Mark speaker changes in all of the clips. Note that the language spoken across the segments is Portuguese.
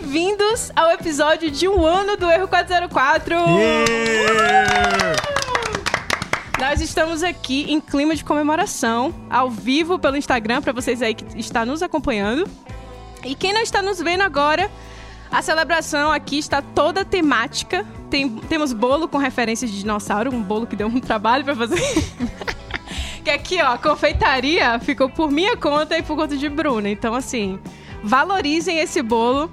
Speaker 1: bem-vindos ao episódio de um ano do Erro 404!
Speaker 2: Yeah!
Speaker 1: Nós estamos aqui em clima de comemoração, ao vivo pelo Instagram, para vocês aí que está nos acompanhando. E quem não está nos vendo agora, a celebração aqui está toda temática. Tem- temos bolo com referências de dinossauro, um bolo que deu um trabalho para fazer. que aqui, ó, a confeitaria ficou por minha conta e por conta de Bruna. Então, assim, valorizem esse bolo.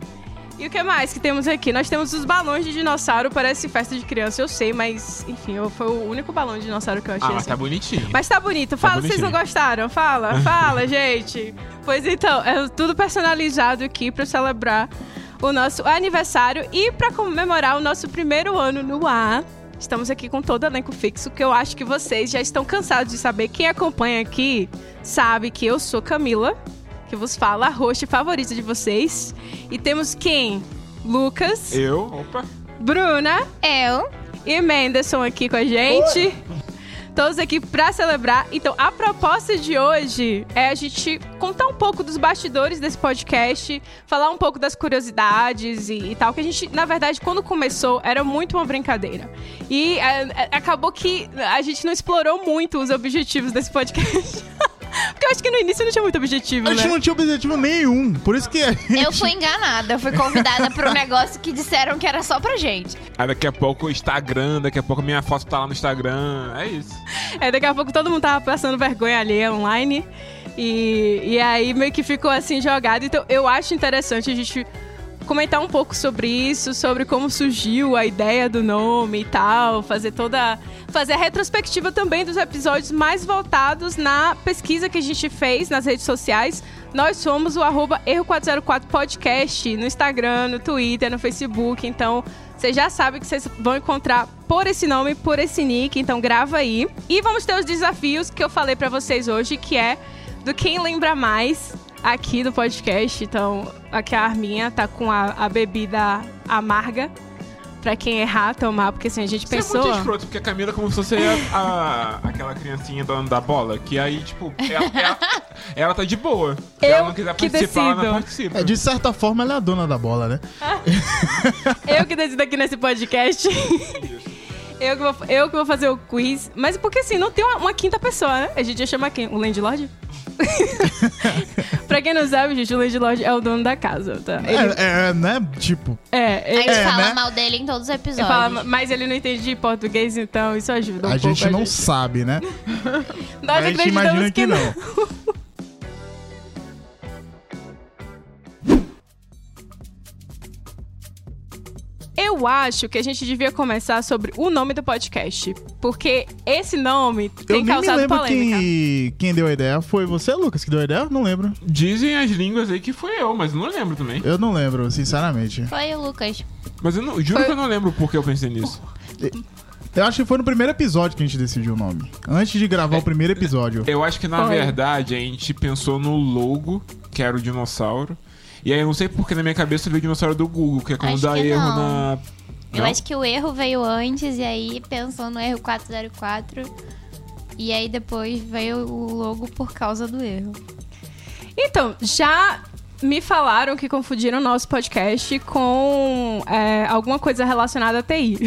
Speaker 1: E o que mais que temos aqui? Nós temos os balões de dinossauro, parece festa de criança, eu sei, mas enfim, eu- foi o único balão de dinossauro que eu achei.
Speaker 2: Ah, mas
Speaker 1: assim.
Speaker 2: tá bonitinho.
Speaker 1: Mas tá bonito. Fala se vocês não
Speaker 2: bonitinho.
Speaker 1: gostaram. Fala, fala, gente. Pois então, é tudo personalizado aqui pra celebrar o nosso aniversário e pra comemorar o nosso primeiro ano no ar. Estamos aqui com todo elenco fixo, que eu acho que vocês já estão cansados de saber. Quem acompanha aqui sabe que eu sou Camila, que vos fala, a host favorita de vocês. E temos quem? Lucas,
Speaker 2: Eu? Opa.
Speaker 1: Bruna
Speaker 3: Eu.
Speaker 1: e Menderson aqui com a gente. Todos aqui pra celebrar. Então, a proposta de hoje é a gente contar um pouco dos bastidores desse podcast, falar um pouco das curiosidades e, e tal. Que a gente, na verdade, quando começou, era muito uma brincadeira. E é, é, acabou que a gente não explorou muito os objetivos desse podcast. Porque eu acho que no início não tinha muito objetivo,
Speaker 2: A gente
Speaker 1: né?
Speaker 2: não tinha um tipo objetivo nenhum, por isso que... é.
Speaker 3: Eu fui enganada, eu fui convidada para um negócio que disseram que era só pra gente.
Speaker 4: Aí daqui a pouco o Instagram, daqui a pouco minha foto tá lá no Instagram. É isso.
Speaker 1: É, daqui a pouco todo mundo tava passando vergonha ali online. E, e aí meio que ficou assim jogado. Então eu acho interessante a gente comentar um pouco sobre isso, sobre como surgiu a ideia do nome e tal, fazer toda fazer a retrospectiva também dos episódios mais voltados na pesquisa que a gente fez nas redes sociais. Nós somos o arroba erro404 podcast no Instagram, no Twitter, no Facebook. Então, vocês já sabem que vocês vão encontrar por esse nome, por esse nick. Então, grava aí. E vamos ter os desafios que eu falei pra vocês hoje, que é do quem lembra mais aqui no podcast. Então, aqui a Arminha tá com a, a bebida amarga. Pra quem errar, tomar, porque assim, a gente
Speaker 4: Isso é
Speaker 1: pensou.
Speaker 4: muito escroto, porque a Camila é como se fosse a, a- aquela criancinha dona da bola, que aí, tipo, ela, ela, ela tá de boa. Se
Speaker 1: Eu
Speaker 4: ela não quiser
Speaker 1: que
Speaker 4: participar, ela
Speaker 1: decido.
Speaker 4: não participa.
Speaker 2: É, de certa forma, ela é a dona da bola, né?
Speaker 1: Eu que decido aqui nesse podcast. Eu que, vou, eu que vou fazer o quiz. Mas porque assim, não tem uma, uma quinta pessoa, né? A gente ia chamar quem? O Landlord? pra quem não sabe, gente, o Landlord é o dono da casa, tá? Ele-
Speaker 2: É, é, né? Tipo,
Speaker 1: é,
Speaker 3: A
Speaker 1: ele
Speaker 3: gente
Speaker 2: É,
Speaker 3: fala
Speaker 2: né?
Speaker 3: mal dele em todos os
Speaker 1: ele
Speaker 3: episódios.
Speaker 1: fala, mas ele não entende português, então isso ajuda um
Speaker 2: a
Speaker 1: pouco.
Speaker 2: gente não sabe, né?
Speaker 1: Nós
Speaker 2: a gente
Speaker 1: acreditamos
Speaker 2: imagina
Speaker 1: que,
Speaker 2: que
Speaker 1: não.
Speaker 2: não.
Speaker 1: Eu acho que a gente devia começar sobre o nome do podcast. Porque esse nome tem
Speaker 2: Eu nem me
Speaker 1: causado
Speaker 2: lembro
Speaker 1: polêmica.
Speaker 2: quem, quem deu a ideia. Foi você, Lucas, que deu a ideia? Não lembro.
Speaker 4: Dizem as línguas aí que fui eu, mas eu não lembro também.
Speaker 2: Eu não lembro, sinceramente.
Speaker 3: Foi o Lucas.
Speaker 4: Mas eu não, juro que eu não lembro porque eu pensei nisso.
Speaker 2: Eu acho que foi no primeiro episódio que a gente decidiu o nome. Antes de gravar o primeiro episódio.
Speaker 4: Eu acho que na
Speaker 1: Foi.
Speaker 4: verdade a gente pensou no logo, que era o dinossauro. E aí eu não sei porque na minha cabeça veio o dinossauro do Google, que é quando
Speaker 3: Acho
Speaker 4: dá
Speaker 3: que
Speaker 4: erro
Speaker 3: não.
Speaker 4: na.
Speaker 3: Eu
Speaker 4: Não?
Speaker 3: acho que o erro veio antes, e aí pensou no erro 404. E aí depois veio o logo por causa do erro.
Speaker 1: Então, já me falaram que confundiram o nosso podcast com é, alguma coisa relacionada a TI.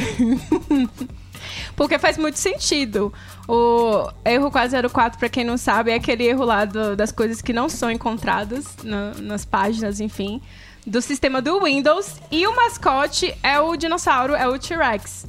Speaker 1: Porque faz muito sentido. O erro 404, pra quem não sabe, é aquele erro lá do- das coisas que não são encontradas na- nas páginas, enfim, do sistema do Windows. E o mascote é o dinossauro, é o T-Rex.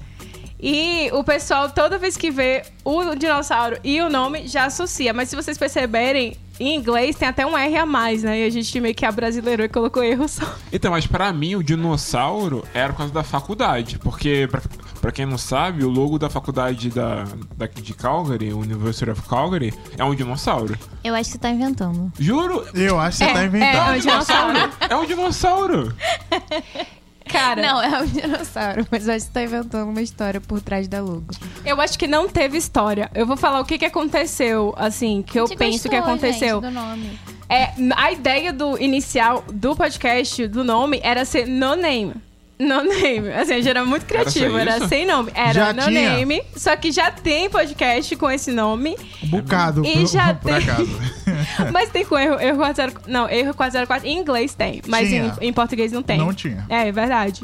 Speaker 1: E o pessoal, toda vez que vê o dinossauro e o nome, já associa. Mas se vocês perceberem, em inglês tem até um R a mais, né? E a gente meio que abrasileirou e colocou erro só.
Speaker 4: Então, mas pra mim o dinossauro era por causa da faculdade, porque pra, pra quem não sabe, o logo da faculdade da, daqui de Calgary, University of Calgary, é um dinossauro.
Speaker 3: Eu acho que você tá inventando.
Speaker 4: Juro,
Speaker 2: Eu acho que você tá
Speaker 1: É,
Speaker 2: inventando.
Speaker 1: é um dinossauro.
Speaker 4: é um dinossauro.
Speaker 1: Cara,
Speaker 3: Não, é um dinossauro, mas eu acho que você tá inventando uma história por trás da logo.
Speaker 1: eu acho que não teve história. Eu vou falar o que, que aconteceu, assim, que eu
Speaker 3: Você
Speaker 1: penso
Speaker 3: gostou,
Speaker 1: que aconteceu.
Speaker 3: Tipo, gente, do nome.
Speaker 1: É, a ideia do inicial do podcast, do nome, era ser no name. No name. Assim, a gente era muito criativo,
Speaker 4: só
Speaker 1: era,
Speaker 4: isso?
Speaker 1: sem nome. Era
Speaker 2: Já
Speaker 1: no
Speaker 2: tinha.
Speaker 1: name. Só que já tem podcast com esse nome.
Speaker 2: Bocado,
Speaker 1: E
Speaker 2: por,
Speaker 1: já
Speaker 2: por
Speaker 1: tem-
Speaker 2: acaso.
Speaker 1: Mas tem com erro, erro 404. Não, erro 404 em inglês tem, mas em,
Speaker 2: Tinha.
Speaker 1: em português não tem.
Speaker 2: Não tinha.
Speaker 1: É, é verdade.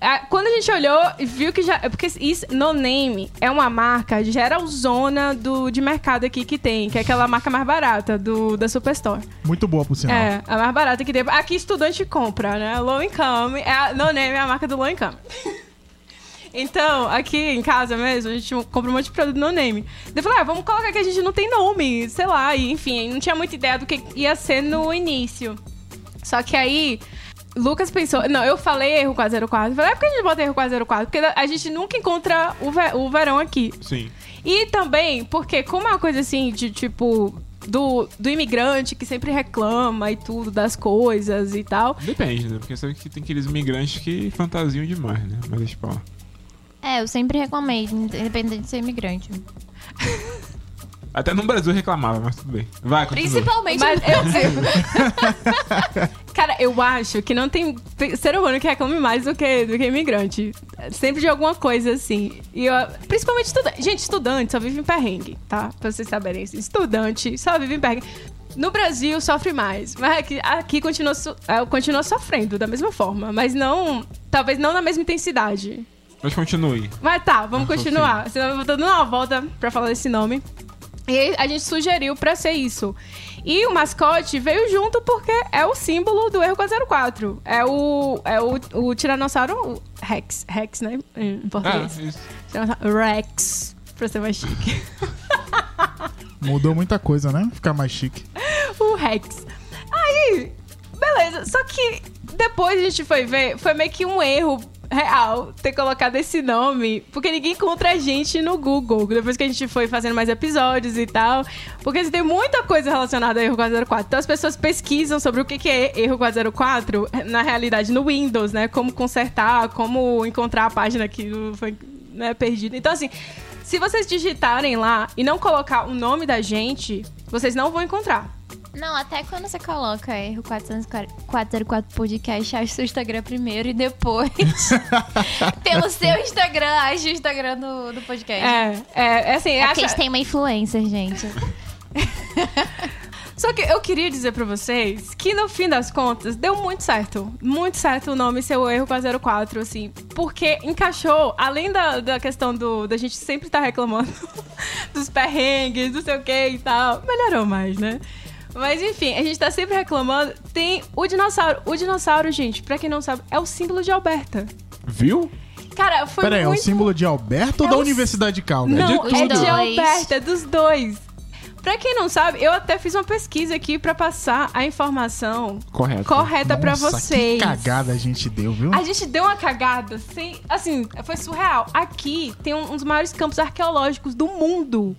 Speaker 1: Ah, Quando a gente olhou, viu que já. é Porque isso, No Name é uma marca geralzona do, de mercado aqui que tem, que é aquela marca mais barata do, da Superstore.
Speaker 2: Muito boa, por sinal.
Speaker 1: É, a mais barata que tem. Aqui estudante compra, né? Low income. É a, no name é a marca do low income. Então, aqui em casa mesmo, a gente compra um monte de produto no name. Daí eu falei, ah, vamos colocar que a gente não tem nome, sei lá. E, enfim, não tinha muita ideia do que ia ser no início. Só que aí, Lucas pensou... Não, eu falei erro 404. Eu falei, ah, por que a gente bota erro 404? Porque a gente nunca encontra o, ve- o verão aqui.
Speaker 4: Sim.
Speaker 1: E também, porque como é uma coisa assim de tipo. Do, do imigrante que sempre reclama e tudo das coisas e tal.
Speaker 4: Depende, né? Porque sabe que tem aqueles migrantes que fantasiam demais, né? Mas deixa pra lá.
Speaker 3: É, eu sempre reclamei, independente de ser imigrante.
Speaker 4: Até no Brasil eu reclamava, mas tudo bem. Vai, continua.
Speaker 3: Principalmente
Speaker 1: Mas eu. Cara, eu acho que não tem pe- ser humano que reclame mais do que, do que imigrante. Sempre de alguma coisa assim. E eu, principalmente estudante. Gente, estudante só vive em perrengue, tá? Pra vocês saberem isso. Estudante só vive em perrengue. No Brasil sofre mais, mas aqui, aqui continua, so- eh, continua sofrendo da mesma forma, mas não. Talvez não na mesma intensidade.
Speaker 4: Mas continue.
Speaker 1: Mas tá, vamos
Speaker 4: Nossa,
Speaker 1: continuar. Senão eu vou dando uma volta pra falar desse nome. E a gente sugeriu pra ser isso. E o mascote veio junto porque é o símbolo do Erro 404. É o, é o, o Tiranossauro o Rex. Rex, né? Em
Speaker 4: Ah,
Speaker 1: português.
Speaker 4: isso.
Speaker 1: Tiranossauro Rex. Pra ser mais chique.
Speaker 2: Mudou muita coisa, né? Ficar mais chique.
Speaker 1: o Rex. Aí, beleza. Só que depois a gente foi ver, foi meio que um erro real ter colocado esse nome, porque ninguém encontra a gente no Google. Depois que a gente foi fazendo mais episódios e tal, porque assim, tem muita coisa relacionada a erro 404. Então as pessoas pesquisam sobre o que que é erro 404 na realidade no Windows, né? Como consertar, como encontrar a página que foi né, perdida. Então assim, se vocês digitarem lá e não colocar o nome da gente, vocês não vão encontrar.
Speaker 3: Não, até quando você coloca erro 404 podcast, acha seu Instagram primeiro e depois. pelo seu Instagram, acha o Instagram do, do podcast. É,
Speaker 1: É, é, é assim,
Speaker 3: porque
Speaker 1: acha-
Speaker 3: a gente tem uma influencer, gente.
Speaker 1: só que eu queria dizer pra vocês que no fim das contas deu muito certo. Muito certo o nome Seu Erro com a 04, assim, porque encaixou, além da, da questão do da gente sempre estar reclamando dos perrengues, não sei o que e tal, melhorou mais, né? Mas enfim, a gente tá sempre reclamando. Tem o dinossauro. O dinossauro, gente, pra quem não sabe, é o símbolo de Alberta.
Speaker 4: Viu?
Speaker 1: Cara, foi
Speaker 2: Pera aí, é o
Speaker 1: muito
Speaker 2: símbolo de Alberto
Speaker 1: É
Speaker 2: ou da
Speaker 1: o-
Speaker 2: Universidade de Calgary?
Speaker 1: Não,
Speaker 3: de
Speaker 1: é
Speaker 3: tudo.
Speaker 1: de
Speaker 3: Dois.
Speaker 1: Alberta, é dos dois. Pra quem não sabe, eu até fiz uma pesquisa aqui pra passar a informação
Speaker 4: Correto.
Speaker 1: correta é pra
Speaker 2: Nossa,
Speaker 1: vocês.
Speaker 2: Que cagada a gente deu, viu?
Speaker 1: A gente deu uma cagada sem. Assim, foi surreal. Aqui tem um, um dos maiores campos arqueológicos do mundo.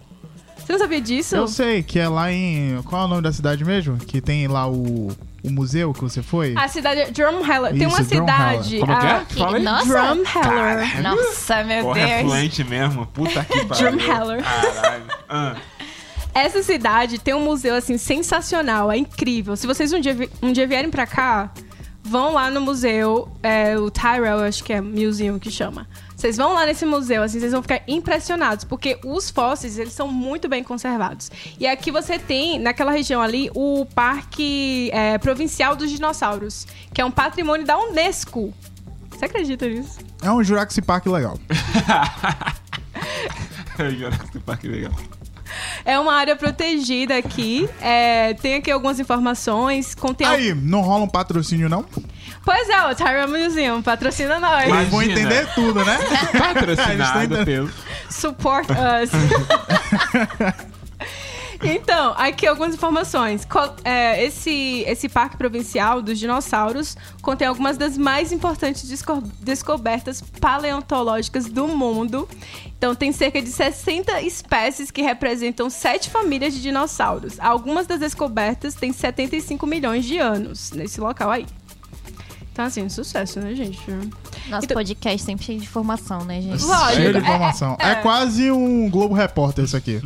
Speaker 1: Você não sabia disso?
Speaker 2: Eu sei que é lá em. Qual é o nome da cidade mesmo? Que tem lá o, o museu que você foi?
Speaker 1: A cidade Drumheller. Tem
Speaker 2: Isso,
Speaker 1: uma
Speaker 2: Drumheller.
Speaker 1: cidade.
Speaker 4: Como é que é?
Speaker 1: a-
Speaker 3: Que-
Speaker 4: Fala aí.
Speaker 3: Nossa.
Speaker 1: Drumheller.
Speaker 3: Nossa, meu
Speaker 4: Porra, é
Speaker 3: Deus.
Speaker 4: fluente mesmo. Puta que pariu.
Speaker 1: Drumheller.
Speaker 4: Caralho. Ah,
Speaker 1: Essa cidade tem um museu, assim, sensacional. É incrível. Se vocês um dia, vi- um dia vierem pra cá, vão lá no museu. é, o Tyrell, acho que é Museum que chama. Vocês vão lá nesse museu, assim, vocês vão ficar impressionados. Porque os fósseis, eles são muito bem conservados. E aqui você tem, naquela região ali, o Parque é, Provincial dos Dinossauros. Que é um patrimônio da Unesco. Você acredita nisso?
Speaker 2: É um Jurassic Park legal.
Speaker 4: eu juro que tu tá que legal.
Speaker 1: É uma área protegida aqui. é, tem aqui algumas informações. Contém
Speaker 2: Aí, não rola um patrocínio, não?
Speaker 1: Pois é, o Tyra Museum patrocina nós.
Speaker 4: Mas-
Speaker 2: Eles vão
Speaker 4: Imagina.
Speaker 2: entender tudo, né? Ah, eles
Speaker 4: Patrocinado
Speaker 2: têm-
Speaker 4: pelo...
Speaker 1: Support us. Então, aqui algumas informações. Co- é, esse, esse parque provincial dos dinossauros contém algumas das mais importantes desco- descobertas paleontológicas do mundo. Então, tem cerca de 60 espécies que representam sete famílias de dinossauros. Algumas das descobertas têm 75 milhões de anos nesse local aí. Então, assim, sucesso, né, gente?
Speaker 3: Nosso
Speaker 1: Então-
Speaker 3: podcast sempre cheio de informação, né, gente?
Speaker 1: Lógico,
Speaker 2: Cheio de
Speaker 1: é-
Speaker 2: informação. É,
Speaker 1: é-
Speaker 2: quase um Globo Repórter isso aqui.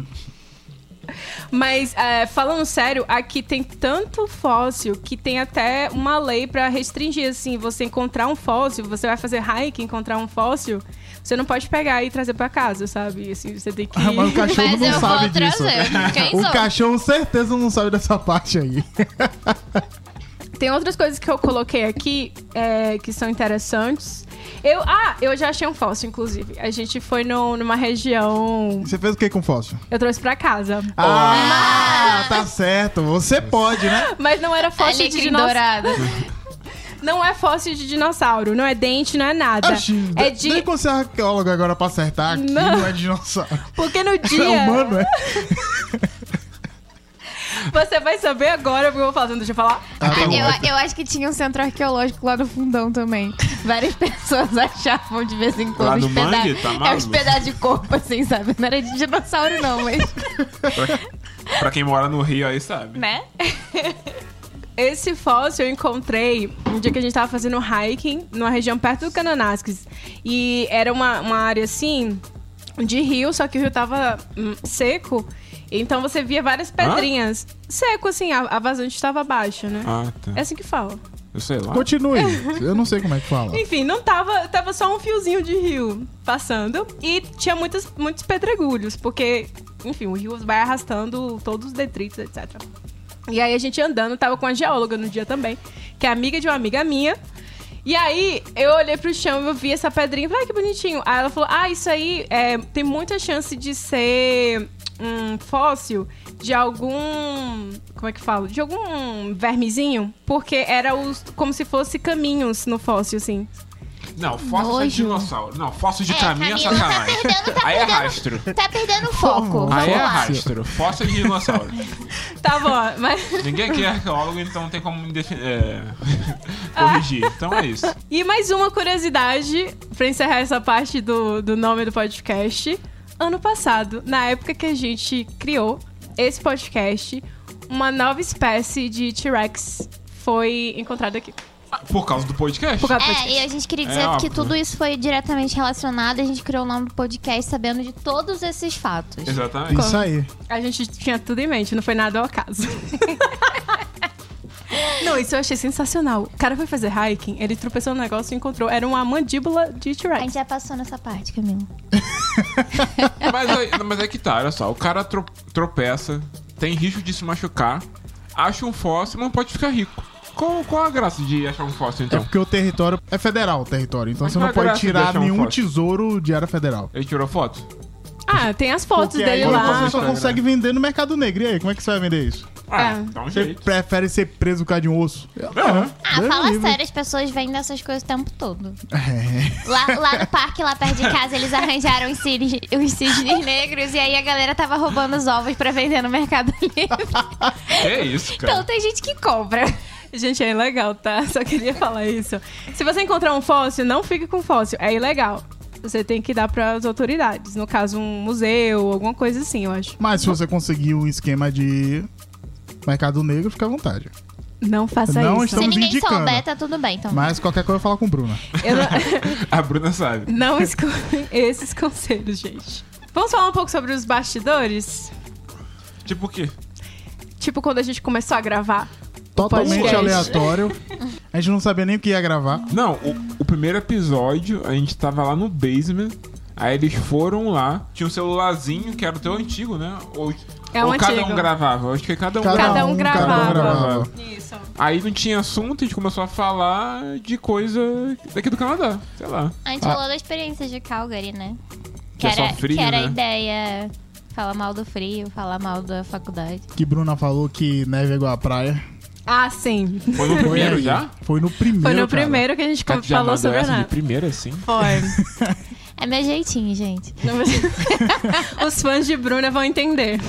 Speaker 1: Mas, é, falando sério, aqui tem tanto fóssil que tem até uma lei pra restringir, assim, você encontrar um fóssil, você vai fazer hike, encontrar um fóssil, você não pode pegar e trazer pra casa, sabe? Assim, você tem que...
Speaker 2: Ah, mas o cachorro
Speaker 3: Mas
Speaker 2: não
Speaker 3: eu
Speaker 2: sabe
Speaker 3: vou
Speaker 2: disso.
Speaker 3: trazer. Quem
Speaker 2: O
Speaker 3: sou?
Speaker 2: cachorro certeza não sabe dessa parte aí.
Speaker 1: Tem outras coisas que eu coloquei aqui é, que são interessantes. Eu, ah, eu já achei um fóssil, inclusive. A gente foi no- numa região.
Speaker 2: Você fez o que com fóssil?
Speaker 1: Eu trouxe pra casa.
Speaker 2: Ah, tá certo. Você pode, né?
Speaker 1: Mas não era fóssil de
Speaker 3: Alecrim
Speaker 1: dinossauro.
Speaker 3: dourado.
Speaker 1: Não é fóssil de dinossauro. Não é dente, não é nada.
Speaker 2: Oxi,
Speaker 1: é
Speaker 2: de...
Speaker 1: de.
Speaker 2: Nem com esse arqueólogo agora pra acertar aqui, não,
Speaker 1: Não.
Speaker 2: é dinossauro.
Speaker 1: Porque no
Speaker 2: É
Speaker 1: dia.
Speaker 2: humano, é?
Speaker 1: Você vai saber agora, porque eu vou falar. Não, deixa eu falar.
Speaker 2: Ah, tá bom.
Speaker 3: Eu, eu acho que tinha um centro arqueológico lá no fundão também. Várias pessoas achavam de vez em quando
Speaker 4: Lá no
Speaker 3: os peda-
Speaker 4: Mangue, tá
Speaker 3: é, os
Speaker 4: maluco?
Speaker 3: pedaços de corpo, assim, sabe? Não era de dinossauro, não, mas.
Speaker 4: Pra, pra quem mora no Rio aí sabe.
Speaker 3: né?
Speaker 1: Esse fóssil eu encontrei um dia que a gente tava fazendo hiking numa região perto do Canonasques. E era uma, uma área assim de rio, só que o rio tava hum, seco. Então você via várias pedrinhas. Seco, assim, a, a vazante estava baixa, né?
Speaker 4: Ah,
Speaker 1: É
Speaker 4: tá.
Speaker 1: assim que fala.
Speaker 4: Eu sei lá.
Speaker 2: Continue. Eu não sei como é que fala.
Speaker 1: Enfim, não tava. Tava só um fiozinho de rio passando. E tinha muitas, muitos pedregulhos, porque, enfim, o rio vai arrastando todos os detritos, etc. E aí a gente andando, tava com a geóloga no dia também, que é amiga de uma amiga minha. E aí eu olhei pro chão e eu vi essa pedrinha e falei, ah, que bonitinho. Aí ela falou, ah, isso aí é, tem muita chance de ser um fóssil de algum. Como é que fala? De algum vermezinho, porque era os, como se fosse caminhos no fóssil, assim.
Speaker 4: Não, fóssil é
Speaker 3: Nojo.
Speaker 4: de dinossauro. Não, fóssil de
Speaker 5: É,
Speaker 4: caminho é
Speaker 5: caminho, tá
Speaker 4: sacanagem.
Speaker 5: perdendo, tá
Speaker 4: Aí é
Speaker 5: perdendo.
Speaker 4: rastro.
Speaker 5: Tá perdendo o foco.
Speaker 4: Aí é
Speaker 2: Fóssil.
Speaker 4: rastro. Fóssil de dinossauro.
Speaker 1: Tá bom, mas.
Speaker 4: Ninguém aqui é arqueólogo, então não tem como me defi- é, corrigir. Então é isso.
Speaker 1: E mais uma curiosidade, pra encerrar essa parte do, do nome do podcast. Ano passado, na época que a gente criou esse podcast, uma nova espécie de T-Rex foi encontrada aqui.
Speaker 4: Por causa do podcast?
Speaker 1: Por causa do
Speaker 5: É,
Speaker 1: podcast.
Speaker 5: e a gente queria
Speaker 4: É
Speaker 5: dizer que
Speaker 4: óbvio.
Speaker 5: tudo isso foi diretamente relacionado. A gente criou o nome do podcast sabendo de todos esses fatos.
Speaker 4: Exatamente.
Speaker 2: É Isso aí.
Speaker 1: A gente tinha tudo em mente, não foi nada ao acaso. Não, isso eu achei sensacional. O cara foi fazer hiking, ele tropeçou no negócio e encontrou. Era uma mandíbula de
Speaker 5: A
Speaker 1: T-Rex.
Speaker 5: gente já passou nessa parte, Camila.
Speaker 4: Mas, aí- mas é que tá, olha só. O cara tro- tropeça, tem risco de se machucar, acha um fóssil, mas pode ficar rico. Qual, qual a graça de achar um fóssil,
Speaker 2: É
Speaker 4: então?
Speaker 2: porque o território é federal, o território. Então
Speaker 4: Mas
Speaker 2: você não
Speaker 4: qual a
Speaker 2: pode
Speaker 4: graça de
Speaker 2: tirar
Speaker 4: deixar um
Speaker 2: nenhum
Speaker 4: fóssil?
Speaker 2: tesouro de área federal.
Speaker 4: Ele tirou foto?
Speaker 1: Ah, tem as fotos
Speaker 2: Porque
Speaker 1: dele
Speaker 2: aí
Speaker 1: lá.
Speaker 2: você só consegue vender no mercado negro. E aí, como é que você vai vender isso?
Speaker 4: Ah,
Speaker 1: É.
Speaker 4: dá um
Speaker 2: Você
Speaker 4: jeito.
Speaker 2: prefere ser preso por causa de um osso?
Speaker 5: Ah, fala sério, as pessoas vendem essas coisas o tempo todo.
Speaker 2: É.
Speaker 5: Lá, lá no parque, lá perto de casa, eles arranjaram os cisnes, os cisnes negros e aí a galera tava roubando os ovos pra vender no Mercado Livre.
Speaker 4: É isso, cara.
Speaker 5: Então tem gente que compra.
Speaker 1: Gente, é ilegal, tá? Só queria falar isso. Se você encontrar um fóssil, não fique com fóssil. É ilegal. Você tem que dar para as autoridades. No caso, um museu, alguma coisa assim, eu acho.
Speaker 2: Mas se você conseguir um esquema de mercado negro, fica à vontade.
Speaker 1: Não faça
Speaker 2: Não
Speaker 1: isso.
Speaker 5: Se
Speaker 2: Estamos
Speaker 5: ninguém
Speaker 2: indicando.
Speaker 5: souber, tá tudo bem. Então.
Speaker 2: Mas qualquer coisa eu falo com o Bruna.
Speaker 1: Eu não...
Speaker 4: A Bruna sabe.
Speaker 1: não escutem esses conselhos, gente. Vamos falar um pouco sobre os bastidores?
Speaker 4: Tipo o quê?
Speaker 1: Tipo, quando a gente começou a gravar.
Speaker 2: Totalmente
Speaker 1: Podcast.
Speaker 2: aleatório. A gente não sabia nem o que ia gravar.
Speaker 4: Não, o, o primeiro episódio a gente tava lá no basement. Aí eles foram lá, tinha um celularzinho que era o teu antigo, né? Ou,
Speaker 1: É
Speaker 4: ou
Speaker 1: um
Speaker 4: cada
Speaker 1: antigo.
Speaker 4: um gravava. Eu Acho que cada um
Speaker 1: Cada
Speaker 4: gravava.
Speaker 1: um
Speaker 2: Cada um
Speaker 1: gravava.
Speaker 2: gravava.
Speaker 1: Isso.
Speaker 4: Aí não tinha assunto, a gente começou a falar de coisa daqui do Canadá, sei lá.
Speaker 5: A gente falou da experiência de Calgary, né?
Speaker 4: Que é só frio,
Speaker 5: que era
Speaker 4: né?
Speaker 5: a ideia. Falar mal do frio, falar mal da faculdade.
Speaker 2: Que Bruna falou que neve é igual à praia.
Speaker 1: Ah, sim.
Speaker 4: Foi no primeiro
Speaker 2: aí.
Speaker 4: já?
Speaker 2: Foi no primeiro.
Speaker 1: Foi no
Speaker 2: cara.
Speaker 1: primeiro que a gente
Speaker 4: Cara, já
Speaker 1: falou
Speaker 4: mandou
Speaker 1: sobre a
Speaker 4: essa de
Speaker 1: nada.
Speaker 4: primeira, assim.
Speaker 1: Foi.
Speaker 5: É meu jeitinho, gente.
Speaker 1: Não, mas- Os fãs de Bruna vão entender.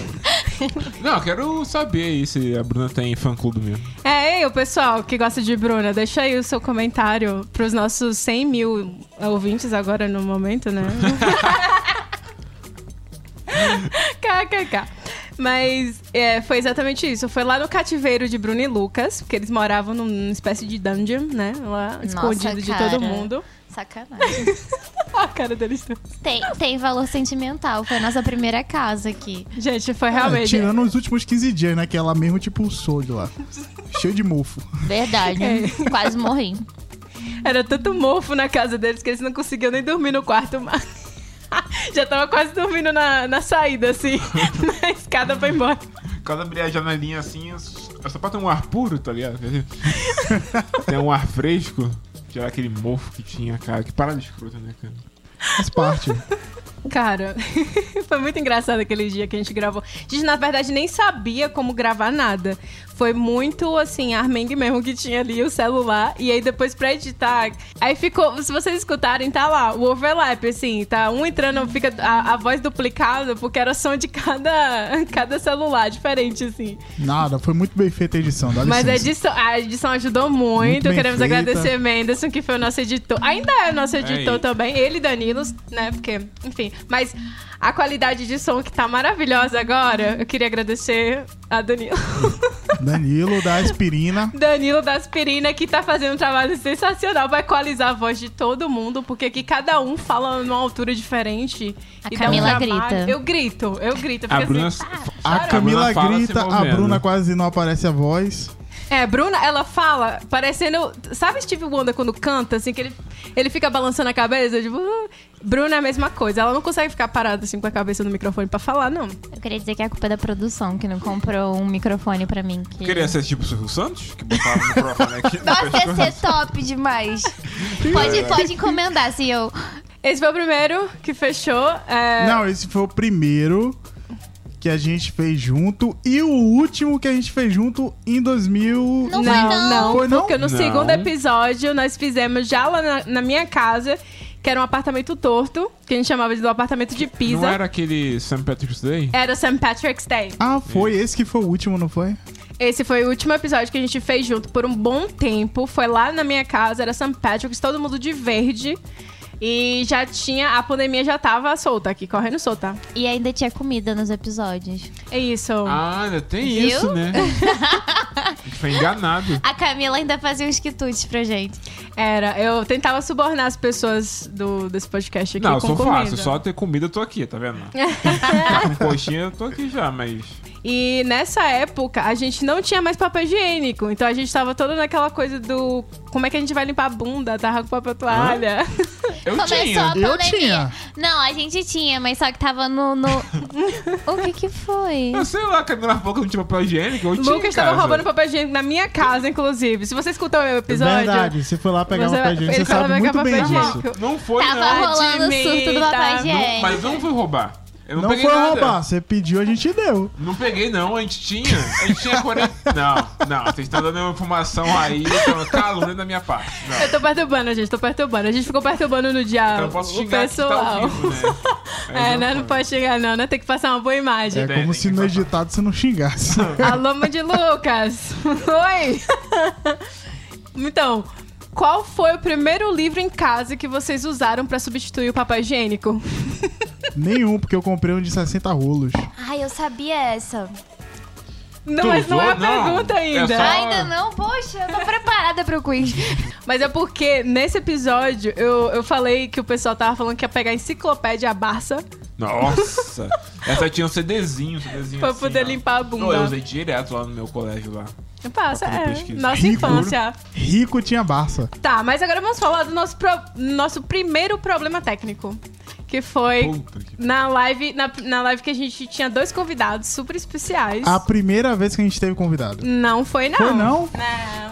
Speaker 4: Não, eu quero saber aí se a Bruna tem fã clube mesmo.
Speaker 1: É, ei, o pessoal que gosta de Bruna, deixa aí o seu comentário pros nossos 100 mil ouvintes agora no momento, né? KKK. Mas é, foi exatamente isso. Foi lá no cativeiro de Bruno e Lucas, porque eles moravam numa espécie de dungeon, né? Lá, escondido de
Speaker 5: cara.
Speaker 1: todo mundo.
Speaker 5: Sacanagem.
Speaker 1: A cara deles. dois.
Speaker 5: tem, tem valor sentimental. Foi a nossa primeira casa aqui.
Speaker 1: Gente, foi
Speaker 2: É,
Speaker 1: realmente.
Speaker 2: tirando os últimos 15 dias, né? Que ela mesmo te pulsou de lá. Cheio de mofo.
Speaker 5: Verdade. Quase morri.
Speaker 1: Era tanto mofo na casa deles que eles não conseguiam nem dormir no quarto mais. Já tava quase dormindo na, na saída, assim. na escada pra ir embora.
Speaker 4: Quando abrir a janelinha assim, eu só pra ter um ar puro, tá ligado? Quer dizer, Tem um ar fresco. Tirar aquele mofo que tinha, cara. Que parada escrota, né, cara?
Speaker 2: Faz parte.
Speaker 1: Cara, foi muito engraçado aquele dia que a gente gravou. A gente, na verdade, nem sabia como gravar nada. Foi muito, assim, armengue mesmo que tinha ali o celular. E aí, depois, pra editar... Aí ficou... Se vocês escutarem, tá lá o overlap, assim. Tá um entrando, fica a, a voz duplicada, porque era som de cada, cada celular diferente, assim.
Speaker 2: Nada, foi muito bem feita a edição. Dá
Speaker 1: Mas é a
Speaker 2: licença.
Speaker 1: edição, a edição ajudou muito.
Speaker 2: Muito bem
Speaker 1: Queremos
Speaker 2: feita.
Speaker 1: agradecer Menderson, que foi o nosso editor. Ainda é o nosso editor
Speaker 4: aí.
Speaker 1: também. Ele e Danilo, né? Porque, enfim. Mas a qualidade de som que tá maravilhosa agora, eu queria agradecer a Danilo.
Speaker 2: Danilo da aspirina.
Speaker 1: Danilo da Aspirina, que tá fazendo um trabalho sensacional. Vai equalizar a voz de todo mundo, porque aqui cada um fala numa altura diferente.
Speaker 5: A
Speaker 1: e dá um
Speaker 5: Camila
Speaker 1: trabalho.
Speaker 5: grita.
Speaker 1: Eu grito, eu grito.
Speaker 4: A
Speaker 1: porque
Speaker 4: Bruna.
Speaker 1: assim-
Speaker 2: A
Speaker 4: a
Speaker 2: Camila
Speaker 4: Bruna fala se
Speaker 2: grita, a
Speaker 4: movendo.
Speaker 2: Bruna quase não aparece a voz.
Speaker 1: É, Bruna, ela fala parecendo. Sabe Steve Wonder quando canta, assim, que ele, ele fica balançando a cabeça? Tipo. "Ah". Bruna é a mesma coisa. Ela não consegue ficar parada, assim, com a cabeça no microfone pra falar, não.
Speaker 5: Eu queria dizer que é a culpa da produção, que não comprou um microfone pra mim. Que...
Speaker 4: Queria ser tipo o Silvio Santos, que botava o microfone aqui. no
Speaker 5: Nossa,
Speaker 4: pescoço.
Speaker 5: ia ser top demais.
Speaker 2: é.
Speaker 5: Pode, pode encomendar, se eu.
Speaker 1: Esse foi o primeiro que fechou. é,
Speaker 2: Não, esse foi o primeiro que a gente fez junto e o último que a gente fez junto em 2000.
Speaker 5: Não,
Speaker 1: não,
Speaker 5: foi não.
Speaker 2: Foi não?
Speaker 1: Porque no
Speaker 4: Não.
Speaker 1: segundo episódio nós fizemos já lá na, na minha casa, que era um apartamento torto, que a gente chamava de do apartamento de pizza.
Speaker 4: Não era aquele St. Patrick's Day?
Speaker 1: Era St. Patrick's Day.
Speaker 2: Ah, foi esse que foi o último, não foi?
Speaker 1: Esse foi o último episódio que a gente fez junto por um bom tempo. Foi lá na minha casa, era St. Patrick's, todo mundo de verde. E já tinha. A pandemia já tava solta aqui, correndo solta.
Speaker 5: E ainda tinha comida nos episódios.
Speaker 1: É isso.
Speaker 4: Ah, ainda tem
Speaker 5: Viu?
Speaker 4: isso, né? A gente foi enganado.
Speaker 5: A Camila ainda fazia uns quitutes pra gente.
Speaker 1: Era. Eu tentava subornar as pessoas do, desse podcast aqui.
Speaker 4: Não, eu
Speaker 1: com
Speaker 4: sou
Speaker 1: comida.
Speaker 4: fácil, só ter comida eu tô aqui, tá vendo? tá com coxinha eu tô aqui já, mas.
Speaker 1: E nessa época a gente não tinha mais papel higiênico. Então a gente tava toda naquela coisa do. Como é que a gente vai limpar a bunda? Tava com papel toalha.
Speaker 4: Eu
Speaker 5: Começou a
Speaker 4: tinha.
Speaker 5: pandemia.
Speaker 2: Eu tinha.
Speaker 5: Não, a gente tinha, mas só que tava no. no... o que que foi?
Speaker 4: Eu sei lá, Camila pouco não tinha papel higiênico, eu tinha. em
Speaker 1: Lucas tava
Speaker 4: casa.
Speaker 1: roubando papel higiênico na minha casa, inclusive. Se você escutou o meu episódio.
Speaker 2: Verdade, você foi lá pegar
Speaker 1: Você-
Speaker 2: uma pra gente,
Speaker 1: é- ele
Speaker 2: você
Speaker 1: foi lá
Speaker 2: sabe
Speaker 1: pegar
Speaker 2: muito bem
Speaker 1: papel
Speaker 2: disso.
Speaker 1: higiênico.
Speaker 4: Não foi,
Speaker 5: Tava
Speaker 4: não.
Speaker 5: rolando o surto do papai
Speaker 1: Admita.
Speaker 5: higiênico.
Speaker 4: Mas eu não fui roubar. Eu não,
Speaker 2: Não,
Speaker 4: peguei
Speaker 2: foi
Speaker 4: nada.
Speaker 2: roubar, você pediu, a gente deu.
Speaker 4: Não peguei, não. A gente tinha. A gente tinha 40. Não, não. Vocês estão dando uma informação aí. Então, calúnia da minha parte. Não.
Speaker 1: Eu tô perturbando, gente, tô perturbando. A gente ficou perturbando no dia
Speaker 4: Eu não posso
Speaker 1: o
Speaker 4: xingar aqui, tá
Speaker 1: pessoal.
Speaker 4: ao vivo, né?
Speaker 1: é, né? Não pode xingar, não, né? Tem que passar uma boa imagem.
Speaker 2: É
Speaker 4: Ideia,
Speaker 2: como
Speaker 4: tem que
Speaker 2: se no
Speaker 4: falar.
Speaker 2: editado você não xingasse.
Speaker 1: Alô, mãe de Lucas! Oi! então, qual foi o primeiro livro em casa que vocês usaram pra substituir o papel higiênico?
Speaker 2: Nenhum, porque eu comprei um de 60 rolos.
Speaker 5: Ai, eu sabia essa.
Speaker 1: Não,
Speaker 4: Tu
Speaker 1: mas não é a
Speaker 4: usou? Não.
Speaker 1: pergunta
Speaker 4: É
Speaker 1: ainda.
Speaker 2: Ah.
Speaker 4: só-
Speaker 5: Ainda não? Poxa, eu tô preparada pro quiz.
Speaker 1: Mas é porque nesse episódio eu, eu falei que o pessoal tava falando que ia pegar a enciclopédia Barça
Speaker 4: Nossa. Essa tinha um CDzinho, um CDzinho
Speaker 1: pra
Speaker 4: assim,
Speaker 1: poder
Speaker 4: ó.
Speaker 1: limpar a bunda.
Speaker 4: Não, eu usei direto lá no meu colégio lá.
Speaker 1: Passa,
Speaker 4: Pra poder
Speaker 1: é.
Speaker 4: pesquisar.
Speaker 1: Nossa
Speaker 2: Rico.
Speaker 1: infância.
Speaker 2: Rico tinha Barça.
Speaker 1: Tá, mas agora vamos falar do nosso, pro- nosso primeiro problema técnico. Que foi
Speaker 4: Puta que-
Speaker 1: na live, na, na live que a gente tinha dois convidados super especiais.
Speaker 2: A primeira vez que a gente teve convidado.
Speaker 1: Não foi, não.
Speaker 2: Ah, Foi não?
Speaker 1: Não.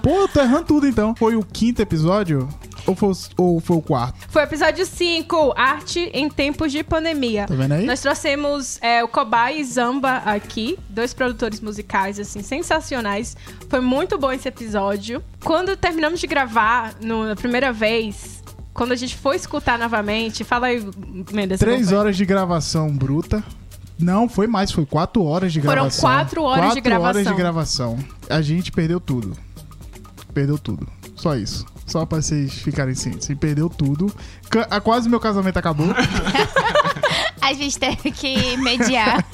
Speaker 2: Pô, tô errando tudo então. Foi o quinto episódio? Ou foi, o- ou foi o quarto?
Speaker 1: Foi o episódio 5, Arte em Tempos de Pandemia.
Speaker 2: Tá vendo aí?
Speaker 1: Nós trouxemos é, o Cobai e Zamba aqui, dois produtores musicais, assim, sensacionais. Foi muito bom esse episódio. Quando terminamos de gravar no- na primeira vez, quando a gente foi escutar novamente, fala aí, Mendes.
Speaker 2: Três
Speaker 1: como foi?
Speaker 2: horas de gravação bruta. Não, foi mais, foi quatro horas de
Speaker 1: Foram
Speaker 2: gravação.
Speaker 1: quatro horas de
Speaker 2: Quatro horas
Speaker 1: gravação.
Speaker 2: de gravação. A gente perdeu tudo. Perdeu tudo. Só isso. Só pra vocês ficarem cientes. Você perdeu tudo. Ca- ah, Quase meu casamento acabou.
Speaker 5: A gente teve que mediar.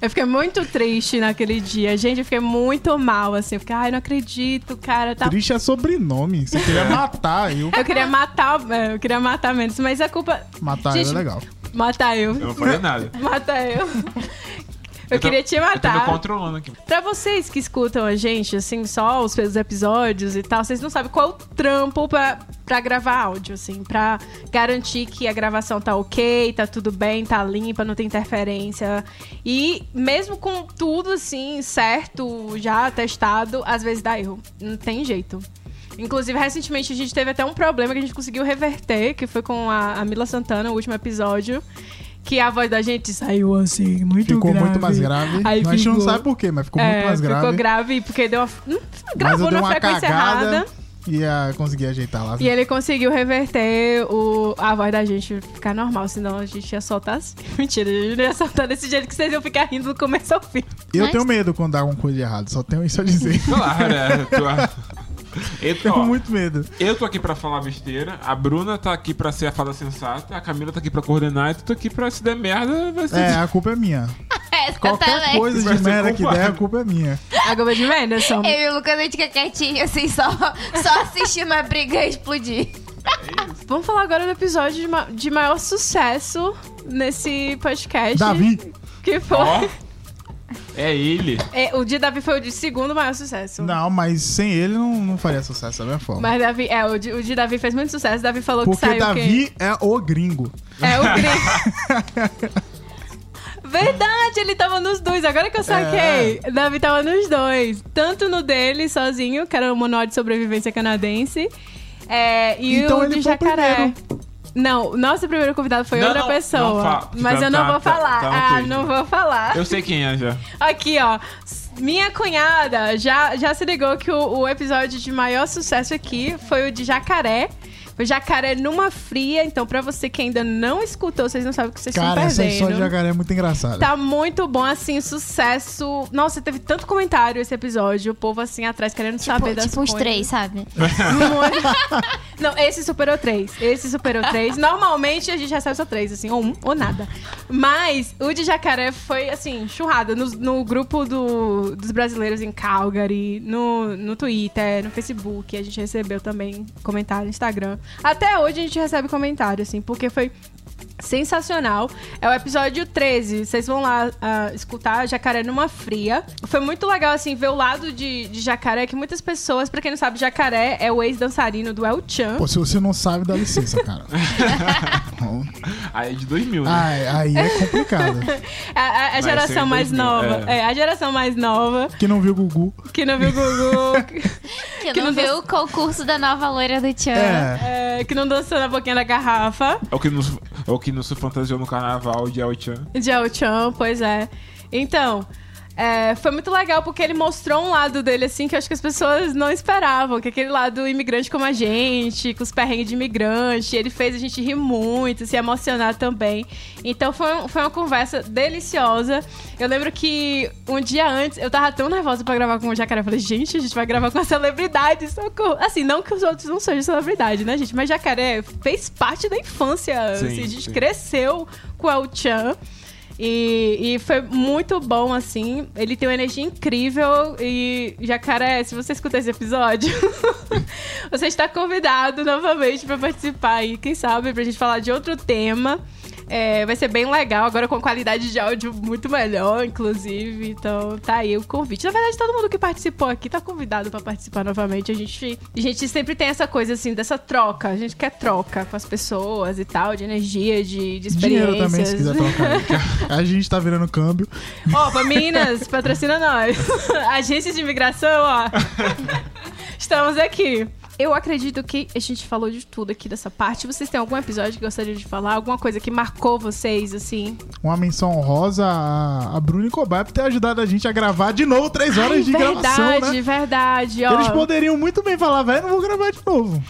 Speaker 1: Eu fiquei muito triste naquele dia. Gente, eu fiquei muito mal, assim. Eu fiquei, ai, não acredito, cara. Tá...
Speaker 2: Triste é sobrenome. Você queria matar eu.
Speaker 1: Eu queria matar, é, eu queria matar menos, mas a culpa.
Speaker 2: Matar
Speaker 1: Gente,
Speaker 2: eu é legal.
Speaker 1: Matar eu.
Speaker 4: Eu não falei nada.
Speaker 1: Mata eu. Eu,
Speaker 4: Eu tô-
Speaker 1: queria te
Speaker 4: Eu tô me
Speaker 1: matar.
Speaker 4: controlando aqui.
Speaker 1: Pra vocês que escutam a gente, assim, só os pelos episódios e tal, vocês não sabem qual é o trampo pra, pra gravar áudio, assim, pra garantir que a gravação tá ok, tá tudo bem, tá limpa, não tem interferência. E mesmo com tudo, assim, certo, já testado, às vezes dá erro. Não tem jeito. Inclusive, recentemente a gente teve até um problema que a gente conseguiu reverter, que foi com a, a Mila Santana, o último episódio. Que a voz da gente saiu assim, muito
Speaker 2: Ficou
Speaker 1: grave.
Speaker 2: muito mais grave.
Speaker 1: Aí
Speaker 2: a gente não
Speaker 1: ficou.
Speaker 2: sabe por quê, mas ficou
Speaker 1: É,
Speaker 2: muito mais grave.
Speaker 1: Ficou grave porque deu uma. hum,
Speaker 2: mas eu
Speaker 1: Gravou
Speaker 2: dei
Speaker 1: na
Speaker 2: uma
Speaker 1: frequência
Speaker 2: cagada
Speaker 1: errada.
Speaker 2: e ah, consegui ajeitar lá.
Speaker 1: E é ele conseguiu reverter o, a voz da gente ficar normal, senão a gente ia soltar assim. Mentira, a gente não ia soltar desse jeito que vocês iam ficar rindo do começo ao fim.
Speaker 2: Eu
Speaker 5: Mas-
Speaker 2: tenho medo quando dá alguma coisa de errado, só tenho isso a dizer.
Speaker 4: Claro, é. Tô... Eu tô,
Speaker 2: tenho
Speaker 4: ó,
Speaker 2: muito medo.
Speaker 4: eu tô aqui pra falar besteira, a Bruna tá aqui pra ser a fada sensata, a Camila tá aqui pra coordenar e tu tá aqui pra se der merda, vai ser.
Speaker 2: É, a culpa é minha.
Speaker 5: Essa
Speaker 2: Qualquer
Speaker 5: também.
Speaker 2: coisa
Speaker 4: Vai
Speaker 2: de
Speaker 4: ser
Speaker 2: merda que
Speaker 4: culpado.
Speaker 2: der, a culpa é minha.
Speaker 1: A Goba de Menderson.
Speaker 5: Eu e o Lucas, a gente fica quietinho, assim, só, só assistindo a briga explodir.
Speaker 1: Vamos falar agora do episódio de, ma- de maior sucesso nesse podcast.
Speaker 2: Davi,
Speaker 1: Que foi.
Speaker 4: Ó. É ele.
Speaker 1: É, o de Davi foi o de segundo maior sucesso.
Speaker 2: não, mas sem ele não, não faria sucesso da mesma forma.
Speaker 1: Mas Davi, é, o de, o de Davi fez muito sucesso. Davi falou que
Speaker 2: Porque
Speaker 1: saiu quem?
Speaker 2: Davi é o gringo.
Speaker 1: É o Grinch. É Verdade, ele tava nos dois. Agora que eu saquei,
Speaker 4: É.
Speaker 1: Davi tava nos dois. Tanto no dele, sozinho, que era o manual de sobrevivência canadense. é, e
Speaker 2: Então
Speaker 1: o
Speaker 2: ele
Speaker 1: de
Speaker 2: foi o
Speaker 1: jacaré.
Speaker 2: primeiro.
Speaker 1: Não, o nosso primeiro convidado foi
Speaker 4: Não,
Speaker 1: outra
Speaker 4: não,
Speaker 1: pessoa.
Speaker 4: não fa-
Speaker 1: mas
Speaker 4: tá-
Speaker 1: eu não
Speaker 4: tá-
Speaker 1: vou
Speaker 4: tá-
Speaker 1: falar.
Speaker 4: tá no
Speaker 1: ah,
Speaker 4: quiz,
Speaker 1: não
Speaker 4: né?
Speaker 1: vou falar.
Speaker 4: Eu sei quem é já.
Speaker 1: Aqui, ó. S- Minha cunhada já, já se ligou que o, o episódio de maior sucesso aqui foi o de jacaré. Foi jacaré numa fria. Então, pra você que ainda não escutou, vocês não sabem o que vocês
Speaker 2: Cara, essa
Speaker 1: estão
Speaker 2: história
Speaker 1: perdendo.
Speaker 2: de jacaré é muito engraçada.
Speaker 1: Tá muito bom, assim, sucesso. Nossa, teve tanto comentário esse episódio. O povo, assim, atrás querendo saber
Speaker 5: Tipo,
Speaker 1: das
Speaker 5: tipo
Speaker 1: coisas.
Speaker 5: uns três, sabe?
Speaker 1: Muito. Não, esse superou três. Esse superou três. Normalmente a gente recebe só três, assim, ou um, ou nada. Mas o de jacaré foi, assim, churrada. No, no grupo do- dos brasileiros em Calgary, no, no Twitter, no Facebook. A gente recebeu também comentário no Instagram. Até hoje a gente recebe comentário, assim, porque foi sensacional. É o episódio 13. Vocês vão lá ah, escutar Jacaré numa fria. Foi muito legal, assim, ver o lado de, de Jacaré, que muitas pessoas, pra quem não sabe, Jacaré é o ex-dançarino do El Chan.
Speaker 2: Pô, se você não sabe, dá licença, cara. Bom,
Speaker 4: Aí é de 2000, né?
Speaker 2: aí, aí é complicado.
Speaker 1: É A, a- a
Speaker 4: Mas
Speaker 1: geração
Speaker 4: em
Speaker 1: mais
Speaker 4: 2000,
Speaker 1: nova.
Speaker 4: é.
Speaker 1: É, a geração mais nova,
Speaker 2: Quem não viu o Gugu.
Speaker 1: que não viu o Gugu,
Speaker 5: Que,
Speaker 1: Que
Speaker 5: não,
Speaker 1: não
Speaker 5: viu o concurso da nova loira do Tchan.
Speaker 2: É.
Speaker 1: é, que não dançou na boquinha da garrafa.
Speaker 4: É o que nos, é o que nos fantasiou no carnaval de Aochan.
Speaker 1: De Chan, pois é. Então, é, foi muito legal porque ele mostrou um lado dele, assim, que eu acho que as pessoas não esperavam. Que é aquele lado imigrante como a gente, com os perrengues de imigrante. Ele fez a gente rir muito, se emocionar também. Então, foi, um- foi uma conversa deliciosa. Eu lembro que um dia antes, eu tava tão nervosa pra gravar com o Jacaré. Eu falei, gente, a gente vai gravar com a celebridade, socorro. Assim, não que os outros não sejam celebridade, né, gente? Mas Jacaré fez parte da infância.
Speaker 4: Sim,
Speaker 1: assim, a gente
Speaker 4: sim.
Speaker 1: cresceu com o Chan. E, e foi muito bom, assim. Ele tem uma energia incrível. E, Jacaré, se você escutar esse episódio, você está convidado novamente para participar aí, quem sabe, pra gente falar de outro tema. É, vai ser bem legal, agora com qualidade de áudio muito melhor, inclusive. Então, tá aí o convite. Na verdade, todo mundo que participou aqui tá convidado pra participar novamente. A gente, a gente sempre tem essa coisa, assim, dessa troca. A gente quer troca com as pessoas e tal, de energia, de, de
Speaker 2: Dinheiro também, se
Speaker 1: experiências.
Speaker 2: quiser trocar. A gente tá virando câmbio.
Speaker 1: Opa, Minas, patrocina nós. Agência de imigração, ó. Estamos aqui. Eu acredito que a gente falou de tudo aqui dessa parte. Vocês têm algum episódio que gostariam de falar? Alguma coisa que marcou vocês, assim?
Speaker 2: Uma menção honrosa a, a Bruna e Cobai por ter ajudado a gente a gravar de novo três horas
Speaker 1: Ai,
Speaker 2: de gravação,
Speaker 1: verdade,
Speaker 2: né?
Speaker 1: verdade. Ó,
Speaker 2: Eles
Speaker 1: eles,
Speaker 2: poderiam muito bem falar, velho, não vou gravar de novo.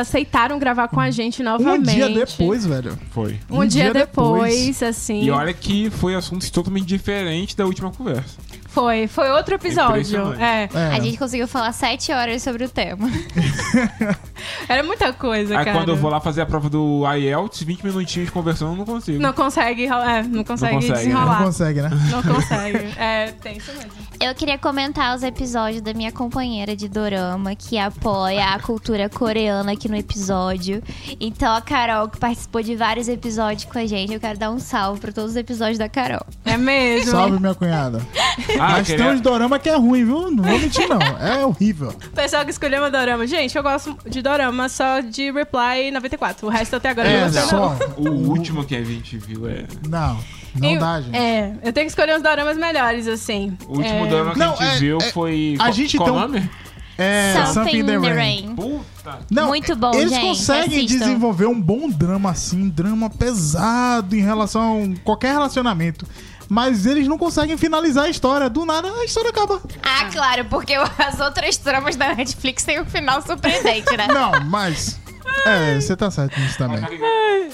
Speaker 1: aceitaram gravar com a gente novamente.
Speaker 2: Um dia depois, velho.
Speaker 4: Foi.
Speaker 1: Um, dia, depois, assim.
Speaker 4: E olha que foi assunto totalmente diferente da última conversa.
Speaker 1: Foi, foi outro episódio.
Speaker 4: Impressionante.
Speaker 1: É.
Speaker 2: É.
Speaker 5: A gente conseguiu falar sete horas sobre o tema.
Speaker 1: Era muita coisa,
Speaker 4: Aí
Speaker 1: cara.
Speaker 4: quando eu vou lá fazer a prova do IELTS, 20 minutinhos conversando, eu não consigo.
Speaker 1: Não consegue, enrolar- é, não consegue,
Speaker 4: consegue, né?
Speaker 2: Não
Speaker 1: desenrolar.
Speaker 2: consegue, né?
Speaker 1: Não consegue. É, tem isso mesmo.
Speaker 5: Eu queria comentar os episódios da minha companheira de dorama, que apoia a cultura coreana aqui no episódio. Então, a Carol, que participou de vários episódios com a gente, eu quero dar um salve pra todos os episódios da Carol.
Speaker 1: É mesmo.
Speaker 2: Salve, minha cunhada.
Speaker 4: Ah,
Speaker 2: Mas tem uns dorama que é ruim, viu? Não vou mentir, não. É horrível.
Speaker 1: O pessoal que escolheu meu dorama. Gente, eu gosto de dorama só de Reply 94. O resto até agora eu
Speaker 2: É,
Speaker 1: não gostei, não.
Speaker 2: só.
Speaker 4: O último que a gente viu é.
Speaker 2: Não, não
Speaker 1: eu,
Speaker 2: dá, gente.
Speaker 1: É, eu tenho que escolher uns doramas melhores, assim.
Speaker 4: O último
Speaker 1: é...
Speaker 4: drama que
Speaker 2: Não,
Speaker 4: a gente
Speaker 2: é-
Speaker 4: viu
Speaker 2: é-
Speaker 4: foi.
Speaker 2: a
Speaker 4: qual-
Speaker 2: gente
Speaker 4: qual o
Speaker 2: tem um-
Speaker 4: nome?
Speaker 2: É, Something in the Rain.
Speaker 4: Puta.
Speaker 2: Não,
Speaker 5: Muito bom,
Speaker 2: Eles
Speaker 5: gente,
Speaker 2: conseguem
Speaker 5: assistam.
Speaker 2: desenvolver um bom drama assim, drama pesado em relação a um, qualquer relacionamento. Mas eles não conseguem finalizar a história. Do nada, a história acaba.
Speaker 3: Ah, claro, porque as outras tramas da Netflix têm um final surpreendente, né?
Speaker 2: Não, mas. É, você tá certo nisso também.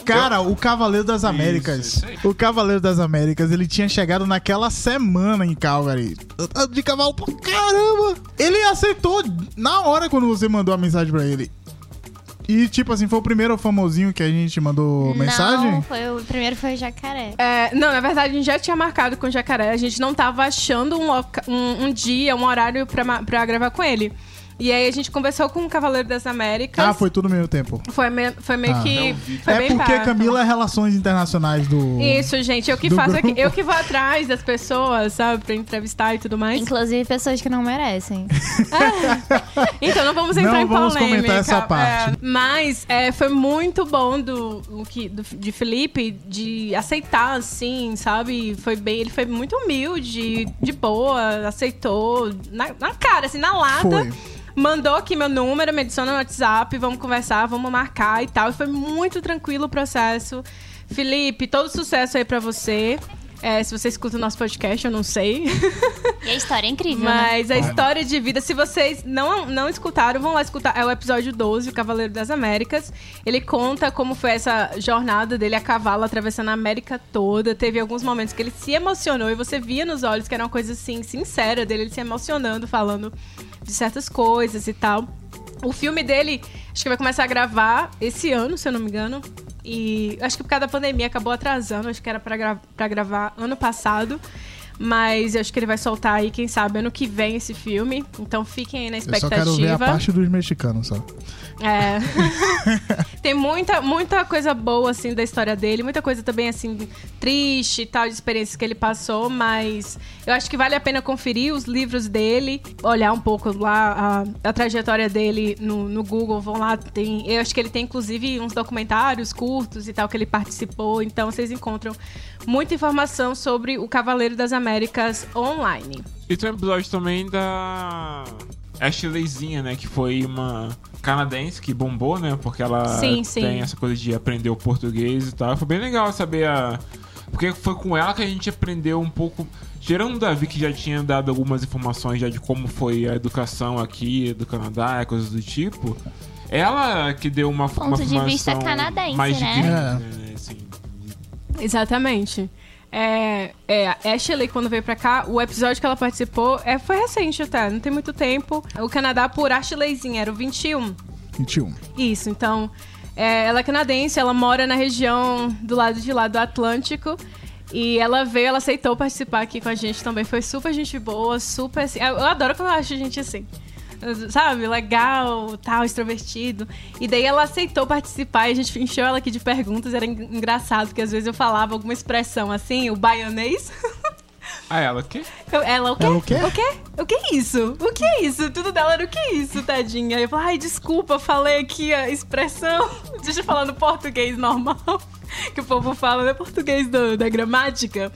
Speaker 2: Cara, o Cavaleiro das Américas.
Speaker 4: isso aí.
Speaker 2: O Cavaleiro das Américas, ele tinha chegado naquela semana em Calgary. Andando De cavalo pra caramba! Ele aceitou na hora quando você mandou a mensagem pra ele. E, tipo assim, foi o primeiro famosinho que a gente mandou
Speaker 5: Não,
Speaker 2: mensagem?
Speaker 5: foi o o primeiro foi o jacaré.
Speaker 1: É, não, na verdade a gente já tinha marcado com o Jacaré. A gente não tava achando um, loca- um- um dia, um horário pra, ma- pra gravar com ele. E aí a gente conversou com o Cavaleiro das Américas.
Speaker 2: Ah, foi tudo no mesmo tempo.
Speaker 1: Foi, me- foi meio
Speaker 2: Ah.
Speaker 1: que. Foi
Speaker 2: É
Speaker 1: bem
Speaker 2: porque
Speaker 1: parvo.
Speaker 2: Camila é Relações Internacionais do.
Speaker 1: Isso, gente. Eu que
Speaker 2: Do
Speaker 1: faço aqui.
Speaker 2: grupo.
Speaker 1: Eu que vou atrás das pessoas, sabe? Pra entrevistar e tudo mais.
Speaker 5: Inclusive pessoas que não merecem.
Speaker 1: Então não vamos
Speaker 2: Não
Speaker 1: entrar em
Speaker 2: vamos
Speaker 1: polêmica.
Speaker 2: comentar essa parte.
Speaker 1: É, mas é, foi muito bom do, o que, do- de Felipe de aceitar, assim, sabe? Foi bem, ele foi muito humilde, de boa, aceitou na, na cara, assim, na lata.
Speaker 2: Foi.
Speaker 1: Mandou aqui meu número, me adiciona no WhatsApp, vamos conversar, vamos marcar e tal. E foi muito tranquilo o processo. Felipe, todo sucesso aí pra você. É, se você escuta o nosso podcast, eu não sei.
Speaker 5: E a história é incrível, né?
Speaker 1: Mas a história de vida, se vocês não, não escutaram, vão lá escutar. É o episódio 12, O Cavaleiro das Américas. Ele conta como foi essa jornada dele a cavalo atravessando a América toda. Teve alguns momentos que ele se emocionou e você via nos olhos que era uma coisa assim, sincera dele, ele se emocionando, falando de certas coisas e tal. O filme dele, acho que vai começar a gravar esse ano, se eu não me engano. E acho que por causa da pandemia acabou atrasando, acho que era pra, gra- pra gravar ano passado. Mas eu acho que ele vai soltar aí, quem sabe, ano que vem esse filme. Então fiquem aí na
Speaker 2: Eu só
Speaker 1: expectativa.
Speaker 2: quero ver a parte dos mexicanos só.
Speaker 1: É. Tem muita, muita coisa boa, assim, da história dele. Muita coisa também, assim, triste e tal, de experiências que ele passou. Mas eu acho que vale a pena conferir os livros dele. Olhar um pouco lá a, a trajetória dele no, no Google. Vão lá, tem... Eu acho que ele tem, inclusive, uns documentários curtos e tal que ele participou. Então, vocês encontram muita informação sobre o Cavaleiro das Américas online.
Speaker 4: E tem um episódio também da. Ashleyzinha, né? Que foi uma canadense que bombou, né? Porque ela
Speaker 1: Sim, sim.
Speaker 4: tem essa coisa de aprender o português e tal. Foi bem legal saber a. Porque foi com ela que a gente aprendeu um pouco. Tirando o Davi, que já tinha dado algumas informações já de como foi a educação aqui do Canadá, coisas do tipo. Ela que deu uma
Speaker 5: Ponto
Speaker 4: uma
Speaker 5: de vista
Speaker 4: formação
Speaker 5: canadense,
Speaker 4: mais
Speaker 5: né?
Speaker 4: gringa,
Speaker 2: É.
Speaker 4: né, assim.
Speaker 1: Exatamente. É, é, a Ashley, quando veio pra cá, o episódio que ela participou é, foi recente até, não tem muito tempo. O Canadá por Ashleyzinha, era o 21.
Speaker 2: 21.
Speaker 1: Isso, então. é, ela é canadense, ela mora na região do lado de lá do Atlântico. E ela veio, ela aceitou participar aqui com a gente também. Foi super gente boa, super assim. Eu, eu adoro quando eu acho gente assim. Sabe, legal, tal, extrovertido. E daí ela aceitou participar e a gente encheu ela aqui de perguntas. Era en- engraçado, porque às vezes eu falava alguma expressão assim, o baianês.
Speaker 4: Ah, ela o quê?
Speaker 1: Eu- Ela, o quê?
Speaker 2: Ela, o quê?
Speaker 1: O quê? O que é isso? O que é isso? Tudo dela era o que é isso, tadinha? Eu falei, ai, desculpa, falei aqui a expressão. Deixa eu falar no português normal, que o povo fala, né? Português do- da gramática.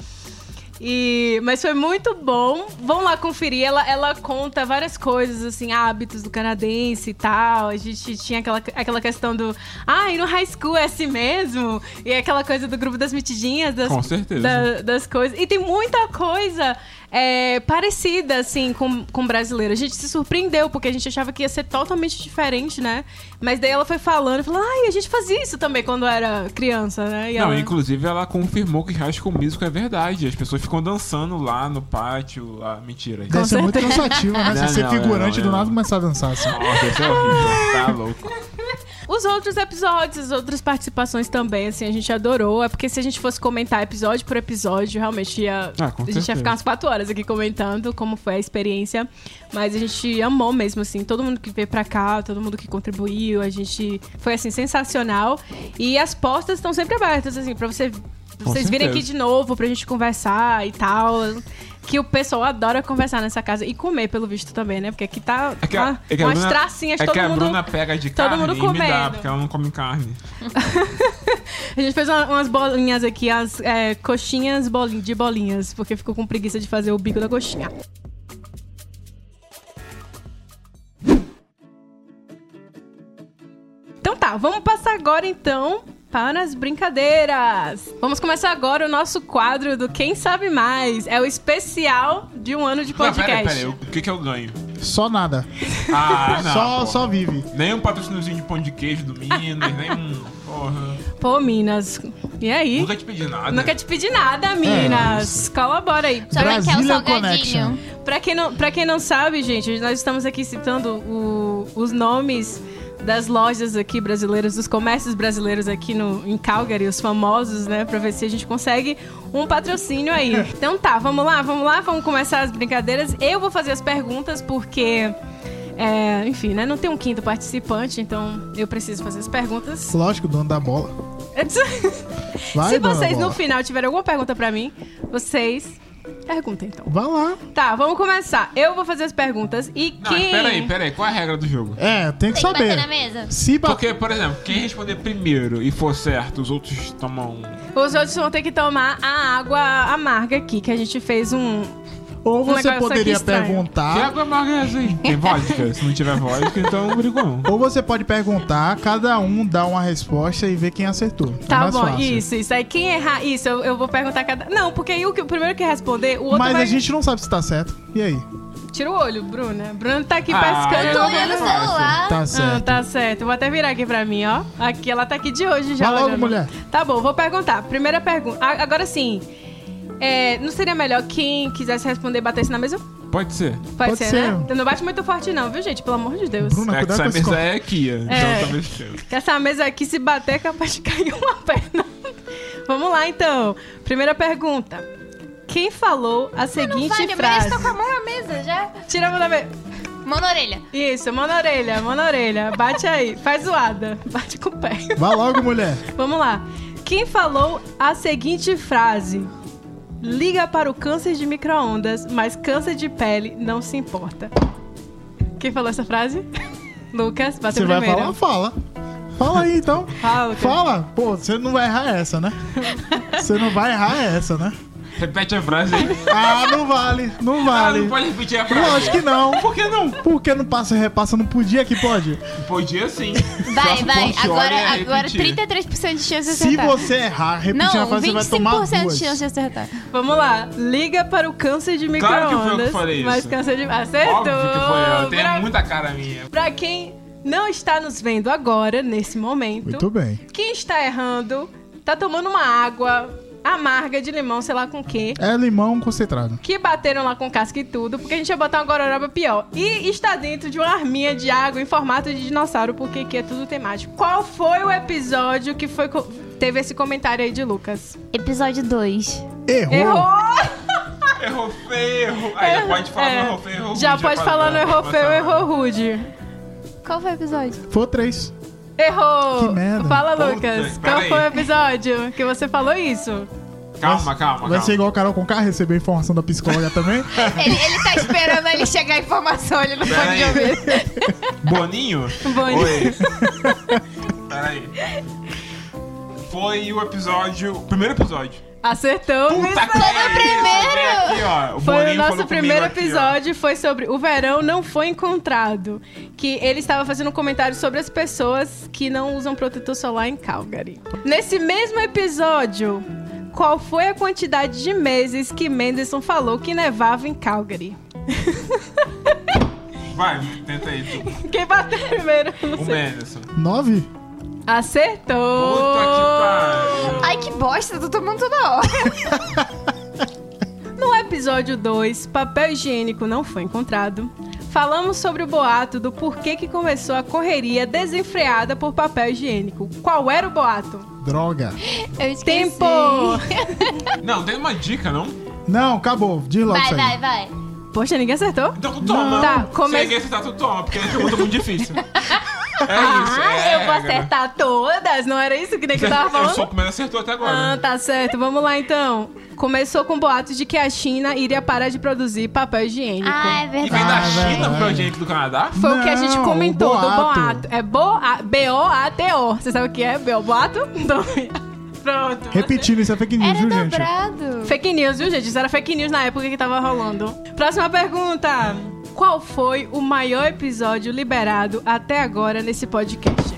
Speaker 1: E, mas foi muito bom. Vão lá conferir. Ela, ela conta várias coisas, assim, hábitos do canadense e tal. A gente tinha aquela, aquela questão do. Ai, no high school é assim mesmo? E aquela coisa do grupo das mitidinhas, das,
Speaker 4: Com certeza.
Speaker 1: da- das coisas. E tem muita coisa é, parecida, assim, com, com brasileiro. A gente se surpreendeu, porque a gente achava que ia ser totalmente diferente, né? Mas daí ela foi falando, falou, ai, a gente fazia isso também quando era criança, né? E
Speaker 4: Não,
Speaker 1: ela-
Speaker 4: inclusive ela confirmou que High School Musical é verdade. As pessoas ficam dançando lá no pátio. Lá. Mentira.
Speaker 2: Deve ser muito cansativo, né?
Speaker 4: Não,
Speaker 2: Você ser
Speaker 4: não,
Speaker 2: figurante
Speaker 4: não,
Speaker 2: do
Speaker 4: não.
Speaker 2: nada e começar a dançar assim.
Speaker 4: Nossa, isso é horrível. Tá louco.
Speaker 1: os outros episódios, as outras participações também, assim, a gente adorou. É porque se a gente fosse comentar episódio por episódio, realmente ia.
Speaker 4: Ah,
Speaker 1: a
Speaker 4: com
Speaker 1: gente ia
Speaker 4: certeza.
Speaker 1: ficar umas quatro horas aqui comentando como foi a experiência. Mas a gente amou mesmo, assim, todo mundo que veio pra cá, todo mundo que contribuiu, a gente. Foi assim, sensacional. E as portas estão sempre abertas, assim, pra você. pra
Speaker 4: Com
Speaker 1: vocês virem
Speaker 4: certeza.
Speaker 1: aqui de novo pra gente conversar e tal. Que o pessoal adora conversar nessa casa. E comer, pelo visto, também, né? Porque aqui tá
Speaker 4: É que, a-
Speaker 1: uma,
Speaker 4: é que a
Speaker 1: umas
Speaker 4: Bruna,
Speaker 1: tracinhas,
Speaker 4: é
Speaker 1: todo
Speaker 4: que a
Speaker 1: mundo...
Speaker 4: Bruna pega de
Speaker 1: todo
Speaker 4: carne
Speaker 1: mundo
Speaker 4: e me dá,
Speaker 1: comendo.
Speaker 4: porque ela não come carne.
Speaker 1: A gente fez uma- umas bolinhas aqui, as é, coxinhas bolin- de bolinhas, porque ficou com preguiça de fazer o bico da coxinha. Então tá, vamos passar agora então para as brincadeiras. Vamos começar agora o nosso quadro do Quem Sabe Mais. É o especial de um ano de podcast.
Speaker 4: Não, pera, pera, eu- o que que eu ganho?
Speaker 2: Só nada.
Speaker 4: Ah, não.
Speaker 2: só,
Speaker 4: porra.
Speaker 2: só vive.
Speaker 4: Nem um patrocíniozinho de pão de queijo do Minas, nem um. Porra.
Speaker 1: Pô, Minas. E aí?
Speaker 4: Nunca É. te pedi nada.
Speaker 1: Nunca te pedi nada, Minas. Colabora aí.
Speaker 5: Só não quer o
Speaker 2: Brasília
Speaker 5: salgadinho.
Speaker 1: Pra quem, não, pra quem não sabe, gente, nós estamos aqui citando o- os nomes das lojas aqui brasileiras, dos comércios brasileiros aqui no, em Calgary, os famosos, né? Pra ver se a gente consegue um patrocínio aí. Então tá, vamos lá, vamos lá, vamos começar as brincadeiras. Eu vou fazer as perguntas porque... é, enfim, né? Não tem um quinto participante, então eu preciso fazer as perguntas.
Speaker 2: Lógico, dono da bola. Vai,
Speaker 1: Se
Speaker 2: dona
Speaker 1: vocês no
Speaker 2: Bola.
Speaker 1: final tiverem alguma pergunta pra mim, vocês perguntem então.
Speaker 2: Vai lá.
Speaker 1: Tá, vamos começar. Eu vou fazer as perguntas e
Speaker 4: Não,
Speaker 1: quem.
Speaker 4: mas peraí, peraí. Qual é a regra do jogo?
Speaker 2: É, tem que
Speaker 5: Tem que bater na
Speaker 2: saber.
Speaker 5: mesa.
Speaker 2: Se bater.
Speaker 4: Porque, por exemplo, quem responder primeiro e for certo, os outros tomam.
Speaker 1: Os outros vão ter que tomar a água amarga aqui, que a gente fez um. Um
Speaker 2: Ou
Speaker 1: negócio
Speaker 2: você
Speaker 1: aqui
Speaker 2: poderia
Speaker 1: estranho.
Speaker 4: Que
Speaker 2: perguntar.
Speaker 4: água amarga é essa aí? Tem vodka? Se não tiver vodka, então brigão.
Speaker 1: é-
Speaker 2: Ou você pode perguntar, cada um dá uma resposta e ver quem acertou. É
Speaker 1: Tá
Speaker 2: mais
Speaker 1: bom,
Speaker 2: fácil.
Speaker 1: isso, isso. Aí quem errar isso, eu, eu vou perguntar cada. Não, porque aí o, que- o primeiro que responder, o outro
Speaker 2: Mas
Speaker 1: vai.
Speaker 2: a gente não sabe se tá certo. E aí?
Speaker 1: Tira o olho, Bruna. Bruna tá aqui
Speaker 4: Ah,
Speaker 1: pescando.
Speaker 4: eu
Speaker 5: Tô
Speaker 4: Não,
Speaker 5: olhando o
Speaker 4: não, não.
Speaker 5: celular.
Speaker 2: Tá
Speaker 1: Ah,
Speaker 2: certo.
Speaker 1: tá certo. Vou até virar aqui pra mim, ó. Aqui, ela tá aqui de hoje já.
Speaker 2: Vai logo,
Speaker 1: olhando.
Speaker 2: mulher.
Speaker 1: Tá bom, vou perguntar. Primeira pergunta. A- Agora sim. é, não seria melhor quem quisesse responder batesse na mesa?
Speaker 4: Pode ser.
Speaker 1: Pode,
Speaker 2: Pode
Speaker 1: ser,
Speaker 2: ser.
Speaker 1: né? Não bate muito forte, não, viu, gente? Pelo amor de Deus.
Speaker 2: Bruna,
Speaker 4: é que
Speaker 2: cuidado com
Speaker 4: essa
Speaker 2: esse
Speaker 4: mesa
Speaker 2: copo.
Speaker 4: é aqui, é.
Speaker 1: É.
Speaker 4: então talvez seja.
Speaker 1: Que Essa mesa aqui, se bater, é capaz de cair uma perna. Vamos lá, então. Primeira pergunta. Quem falou a
Speaker 2: Tá.
Speaker 1: seguinte
Speaker 5: Vale, eu mereço
Speaker 1: frase?
Speaker 5: estar com a mão na mesa já.
Speaker 1: Tira a mão da mesa.
Speaker 5: Mão na orelha.
Speaker 1: Isso, mão na orelha, mão na orelha. Bate aí. Faz zoada. Bate com o pé.
Speaker 2: Vai logo, mulher.
Speaker 1: Vamos lá. Quem falou a seguinte frase? Liga para o câncer de micro-ondas, mas câncer de pele não se importa. Quem falou essa frase? Lucas, bate
Speaker 2: Você vai
Speaker 1: primeiro.
Speaker 2: falar? Fala. Fala aí, então.
Speaker 1: Fala, Lucas.
Speaker 2: Fala. Pô, você não vai errar essa, né? Você não vai errar essa, né?
Speaker 4: Repete a frase aí.
Speaker 2: Ah, não vale. Não
Speaker 4: Ah,
Speaker 2: vale.
Speaker 4: não pode repetir a frase.
Speaker 2: Lógico que não.
Speaker 4: Por que não?
Speaker 2: Por que não passa e repassa? Não podia que pode?
Speaker 4: Podia sim. Só
Speaker 5: Vai,
Speaker 4: se
Speaker 5: vai.
Speaker 4: fosse
Speaker 5: Agora,
Speaker 4: ordem a
Speaker 5: agora
Speaker 4: repetir.
Speaker 5: 33% de chance de
Speaker 2: Se
Speaker 5: acertar.
Speaker 2: você errar, repetir
Speaker 5: tá. Não,
Speaker 2: a frase, você vai tomar
Speaker 5: 25%
Speaker 2: duas.
Speaker 5: de chance de acertar.
Speaker 1: Vamos lá. Liga para o câncer de
Speaker 4: Claro que foi eu que
Speaker 1: micro-ondas.
Speaker 4: falei isso.
Speaker 1: mas câncer de. Acertou!
Speaker 4: Óbvio que foi eu.
Speaker 1: Pra-
Speaker 4: Tem muita cara minha.
Speaker 1: Pra quem não está nos vendo agora, nesse momento,
Speaker 2: Muito bem.
Speaker 1: quem está errando, tá tomando uma água amarga de limão, sei lá com o quê.
Speaker 2: É limão concentrado.
Speaker 1: Que bateram lá com casca e tudo, porque a gente ia botar uma gororoba pior. E está dentro de uma arminha de água em formato de dinossauro, porque aqui é tudo temático. Qual foi o episódio que foi co- teve esse comentário aí de Lucas?
Speaker 5: Episódio 2.
Speaker 2: Errou.
Speaker 1: Errou!
Speaker 4: Errou feio, errou. Aí já pode falar
Speaker 1: É.
Speaker 4: no errou feio, errou
Speaker 1: Já
Speaker 4: rude,
Speaker 1: pode falar no errou feio, errou rude.
Speaker 5: Qual foi o episódio?
Speaker 2: Foi três.
Speaker 1: Errou!
Speaker 2: Que merda.
Speaker 1: Fala,
Speaker 4: Puta,
Speaker 1: Lucas.
Speaker 4: pera
Speaker 1: Qual
Speaker 4: aí.
Speaker 1: foi o episódio que você falou isso?
Speaker 4: Calma, calma,
Speaker 2: Vai ser
Speaker 4: calma.
Speaker 2: igual o Carol com K, receber informação da psicóloga também.
Speaker 5: Ele, ele tá esperando ele chegar a informação, ele não
Speaker 4: Pera
Speaker 5: pode
Speaker 4: aí.
Speaker 5: ouvir.
Speaker 4: Boninho?
Speaker 1: Boninho.
Speaker 4: Oi. Peraí. Foi o episódio. O primeiro episódio.
Speaker 1: Acertou.
Speaker 4: Puta que
Speaker 5: o primeiro!
Speaker 4: Aqui, ó.
Speaker 1: Foi o
Speaker 4: O Boninho falou
Speaker 1: nosso
Speaker 4: comigo
Speaker 1: primeiro
Speaker 4: aqui, ó.
Speaker 1: episódio, foi sobre o verão não foi encontrado. Que ele estava fazendo um comentário sobre as pessoas que não usam protetor solar em Calgary. Nesse mesmo episódio, qual foi a quantidade de meses que Mendelson falou que nevava em Calgary?
Speaker 4: Vai, tenta aí. Tu.
Speaker 1: Quem bateu primeiro? Não
Speaker 4: O
Speaker 1: sei.
Speaker 4: Menderson.
Speaker 2: Nove.
Speaker 1: Acertou!
Speaker 4: Puta que pariu.
Speaker 5: Ai, que bosta, tô tomando toda hora.
Speaker 1: No episódio 2, papel higiênico não foi encontrado. Falamos sobre o boato do porquê que começou a correria desenfreada por papel higiênico. Qual era o boato?
Speaker 2: Droga.
Speaker 3: Eu esqueci.
Speaker 1: Tempo!
Speaker 4: Não, tem uma dica, não?
Speaker 2: Não, acabou. Diz logo
Speaker 5: Vai,
Speaker 2: isso aí.
Speaker 5: vai, vai.
Speaker 1: Poxa, ninguém acertou?
Speaker 4: Então tu toma.
Speaker 1: Tá, come-
Speaker 4: Se alguém acertar, tu toma, porque é uma pergunta muito difícil. É isso.
Speaker 1: Ah,
Speaker 4: é,
Speaker 1: eu vou
Speaker 4: cara.
Speaker 1: acertar todas? Não era isso que nem que eu tava
Speaker 4: Eu sou o
Speaker 1: falando?
Speaker 4: primeiro acertou até agora. né?
Speaker 1: Ah, tá certo. Vamos lá então. Começou com boatos de que a China iria parar de produzir papel higiênico.
Speaker 5: Ah, é
Speaker 4: E vem da
Speaker 5: verdade.
Speaker 4: China,
Speaker 2: vai.
Speaker 4: foi o gente do Canadá?
Speaker 1: Foi o que a gente
Speaker 2: Não,
Speaker 1: comentou
Speaker 2: o boato.
Speaker 1: do boato. É boa- B-O-A-T-O. Você sabe o que é? B-O- Boato? Então, Pronto.
Speaker 2: Repetindo, isso é fake news,
Speaker 3: Era
Speaker 2: viu, gente?
Speaker 3: dobrado.
Speaker 1: Fake news, viu, gente? Isso era fake news na época que tava rolando. Próxima pergunta. Qual foi o maior episódio liberado até agora nesse podcast?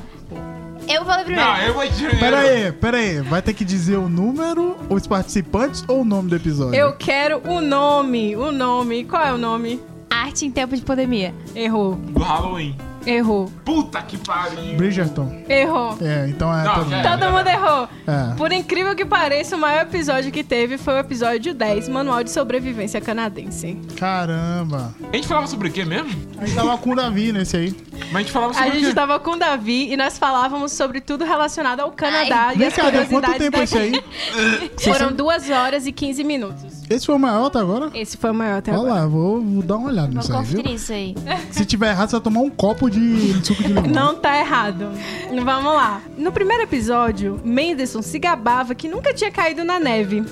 Speaker 5: Eu vou primeiro.
Speaker 4: Não, é- eu vou de
Speaker 2: Pera aí, pera aí. Vai ter que dizer o número, os participantes ou o nome do episódio?
Speaker 1: Eu quero o nome. O nome. Qual é o nome?
Speaker 3: Arte em tempo de pandemia.
Speaker 1: Errou.
Speaker 4: Do Halloween.
Speaker 1: Errou.
Speaker 4: Puta que pariu.
Speaker 2: Bridgerton.
Speaker 1: Errou.
Speaker 2: É, então é.
Speaker 4: Não,
Speaker 2: todo
Speaker 4: já
Speaker 2: mundo.
Speaker 1: Todo mundo errou.
Speaker 2: É.
Speaker 1: Por incrível que pareça, o maior episódio que teve foi o episódio 10, Manual de Sobrevivência Canadense.
Speaker 2: Caramba.
Speaker 4: A gente falava sobre o quê mesmo?
Speaker 2: A gente tava com o Davi nesse aí.
Speaker 4: Mas a gente falava
Speaker 1: A
Speaker 4: sobre o
Speaker 1: gente tá-
Speaker 4: quê?
Speaker 1: tava com o Davi e nós falávamos sobre tudo relacionado ao Canadá e
Speaker 2: Vem
Speaker 1: as
Speaker 2: cá, deu quanto
Speaker 1: curiosidades
Speaker 2: tempo
Speaker 1: da...
Speaker 2: esse aí?
Speaker 1: Foram 2 horas e 15 minutos.
Speaker 2: Esse foi o maior até agora?
Speaker 1: Esse foi o maior até
Speaker 2: Olha
Speaker 1: agora.
Speaker 2: lá, vou, vou dar uma olhada nisso
Speaker 5: Vou
Speaker 2: aí, viu?
Speaker 5: conferir isso aí.
Speaker 2: Se tiver errado, você vai tomar um copo de suco de limão.
Speaker 1: Não tá errado. Vamos lá. No primeiro episódio, Menderson se gabava que nunca tinha caído na neve.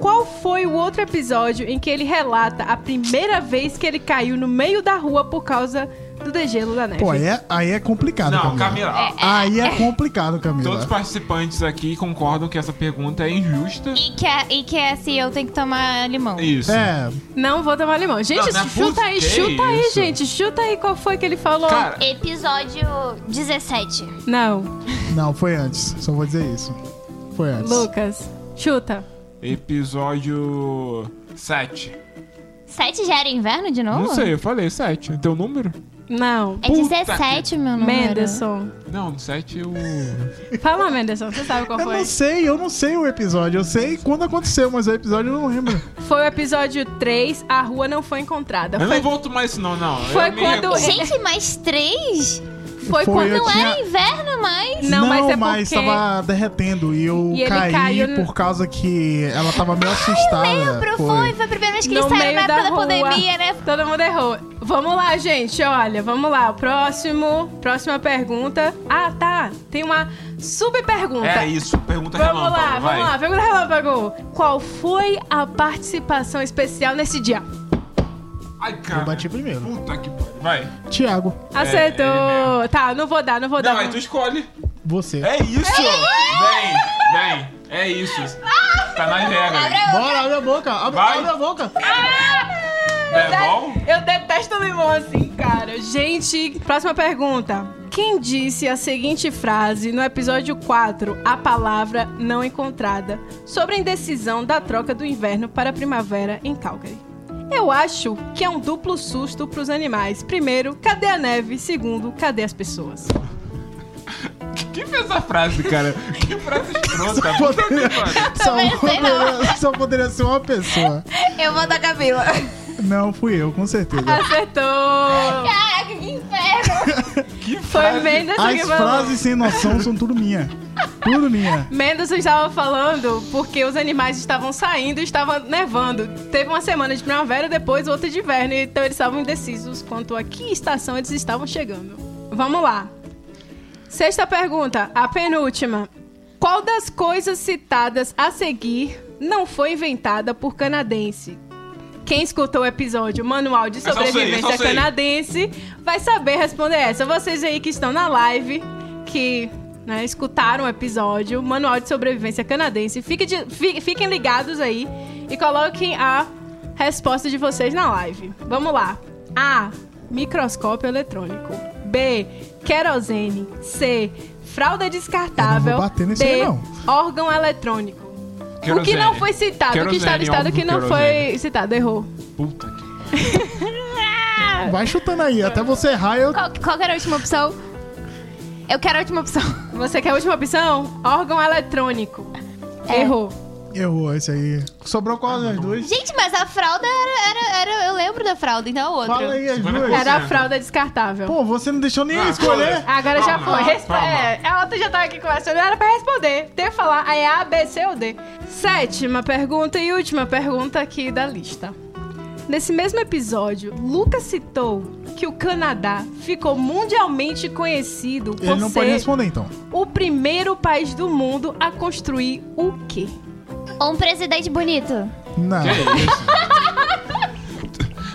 Speaker 1: Qual foi o outro episódio em que ele relata a primeira vez que ele caiu no meio da rua por causa do degelo da neve?
Speaker 2: Pô, aí é, aí é complicado,
Speaker 4: Não,
Speaker 2: Camila.
Speaker 4: Camila. ó,
Speaker 2: Aí é complicado, Camila.
Speaker 4: Todos os participantes aqui concordam que essa pergunta é injusta.
Speaker 5: E que, a- e que é a CEO tem que tomar limão.
Speaker 4: Isso.
Speaker 2: É,
Speaker 1: Não vou tomar limão. Gente,
Speaker 4: Não, não é
Speaker 1: chuta aí,
Speaker 4: possível.
Speaker 1: chuta aí,
Speaker 4: Isso.
Speaker 1: gente. Chuta aí qual foi que ele falou.
Speaker 4: Cara,
Speaker 5: Episódio 17.
Speaker 1: Não,
Speaker 2: não, foi antes. Só vou dizer isso. Foi antes.
Speaker 1: Lucas. Chuta.
Speaker 4: episódio 7.
Speaker 5: 7 já era inverno de novo?
Speaker 4: Não sei, eu falei 7. Teu número?
Speaker 1: Não.
Speaker 5: É
Speaker 4: Puta
Speaker 5: 17, meu número.
Speaker 1: Menderson.
Speaker 4: Não, 7 eu.
Speaker 1: Então Fala, Menderson. Você sabe qual
Speaker 2: Eu
Speaker 1: foi?
Speaker 2: não sei, eu não sei o episódio. Eu sei quando aconteceu, mas o episódio eu não lembro.
Speaker 1: Foi o episódio 3, A Rua Não Foi Encontrada.
Speaker 4: Eu
Speaker 1: Foi,
Speaker 4: não vou tomar isso, não, não.
Speaker 1: Foi
Speaker 4: eu me
Speaker 1: quando-
Speaker 4: recuso.
Speaker 5: Gente, mais três?
Speaker 1: foi
Speaker 2: Foi
Speaker 1: quando
Speaker 2: eu
Speaker 5: Não
Speaker 2: tinha-
Speaker 5: era inverno mais?
Speaker 1: Não, mas é porque-
Speaker 2: tava derretendo e eu
Speaker 1: E ele
Speaker 2: caí
Speaker 1: caiu no-
Speaker 2: por causa que ela tava meio assustada.
Speaker 5: Lembro, foi. Foi a primeira vez que eles
Speaker 1: No
Speaker 5: saíram
Speaker 1: meio
Speaker 5: na
Speaker 1: da,
Speaker 5: época da,
Speaker 1: rua.
Speaker 5: pandemia, né?
Speaker 1: Todo mundo errou. Vamos lá, gente. Olha, vamos lá. O próximo, próxima pergunta. Ah, tá. Tem uma sub-pergunta.
Speaker 4: É isso, pergunta
Speaker 1: Vamos
Speaker 4: relâmpago.
Speaker 1: lá,
Speaker 4: vai.
Speaker 1: vamos lá. Pergunta relâmpago. Qual foi a participação especial nesse dia?
Speaker 4: Ai, cara.
Speaker 2: Eu bati primeiro.
Speaker 4: Puta que pariu. Vai.
Speaker 2: Tiago,
Speaker 1: Acertou.
Speaker 4: ele
Speaker 1: tá, não vou dar, não vou
Speaker 4: Não,
Speaker 1: dar.
Speaker 4: aí tu escolhe.
Speaker 2: você.
Speaker 4: É isso!
Speaker 1: um-
Speaker 4: Vem, vem. É isso. Tá nas
Speaker 1: Ah,
Speaker 4: regras.
Speaker 2: Bora, abre a boca. Abre,
Speaker 4: Vai.
Speaker 2: abre a boca.
Speaker 4: É bom?
Speaker 1: Eu detesto limão assim, cara. Gente, próxima pergunta. Quem disse a seguinte frase no episódio 4, a palavra não encontrada, sobre a indecisão da troca do inverno para a primavera em Calgary? Eu acho que é um duplo susto pros animais. Primeiro, cadê a neve? Segundo, cadê as pessoas?
Speaker 4: Quem fez essa frase, cara? Que frase escrota. Puta que pariu.
Speaker 2: Só um
Speaker 5: Também sei
Speaker 2: poderia, só poderia ser uma pessoa.
Speaker 5: Eu vou dar Camila.
Speaker 2: Não, fui eu, com
Speaker 1: Ah,
Speaker 2: certeza.
Speaker 1: Acertou!
Speaker 5: Caraca, que inferno.
Speaker 4: Que
Speaker 1: Foi
Speaker 4: frase.
Speaker 1: Mendelssohn
Speaker 2: As
Speaker 1: que falou.
Speaker 2: frases sem noção são tudo minha. Tudo minha.
Speaker 1: Mendelssohn estava falando porque os animais estavam saindo e estava nevando. Teve uma semana de primavera, depois outra de inverno, então eles estavam indecisos quanto a que estação eles estavam chegando. Vamos lá. Sexta pergunta, a penúltima. Qual das coisas citadas a seguir não foi inventada por canadense? Quem escutou o episódio Manual de
Speaker 4: É só sei,
Speaker 1: Sobrevivência
Speaker 4: eu só sei.
Speaker 1: Canadense vai saber responder essa. Vocês aí que estão na live, que né, escutaram o episódio Manual de Sobrevivência Canadense, fique de- fi- fiquem ligados aí e coloquem a resposta de vocês na live. Vamos lá. A. Microscópio eletrônico. B. Querosene. C. Fralda descartável.
Speaker 2: Eu não vou bater nesse
Speaker 1: D.
Speaker 2: aí, não.
Speaker 1: Órgão eletrônico. O que
Speaker 4: Querosene.
Speaker 1: não foi citado, o que está
Speaker 4: Querosene,
Speaker 1: listado que
Speaker 4: óbvio,
Speaker 1: não
Speaker 4: querosene.
Speaker 1: foi citado, errou.
Speaker 4: Puta que pariu.
Speaker 2: Vai chutando aí. Até você errar, eu.
Speaker 5: Qual, qual que era a última opção? Eu quero a última opção.
Speaker 1: Você quer a última opção? Órgão eletrônico.
Speaker 5: É.
Speaker 1: Errou.
Speaker 2: Errou esse aí. Sobrou qual das duas?
Speaker 5: Gente, mas a fralda era, era, era- Eu lembro da fralda, então é outra.
Speaker 2: Fala aí as
Speaker 4: Segunda
Speaker 2: duas.
Speaker 4: coisa.
Speaker 1: Era a fralda descartável.
Speaker 2: Pô, você não deixou nem eu
Speaker 4: Ah,
Speaker 2: escolher.
Speaker 1: Agora já
Speaker 4: Calma,
Speaker 1: foi. Respo
Speaker 4: calma.
Speaker 1: é, a outra já tava aqui conversando, era pra responder. Tem que falar, aí é A, B, C ou D. Sétima pergunta e última pergunta aqui da lista. Nesse mesmo episódio, Lucas citou que o Canadá ficou mundialmente conhecido
Speaker 2: Ele
Speaker 1: por
Speaker 2: não pode
Speaker 1: ser
Speaker 2: responder, então.
Speaker 1: o primeiro país do mundo a construir o quê?
Speaker 5: Ou um presidente bonito.
Speaker 2: Não.
Speaker 4: Que isso?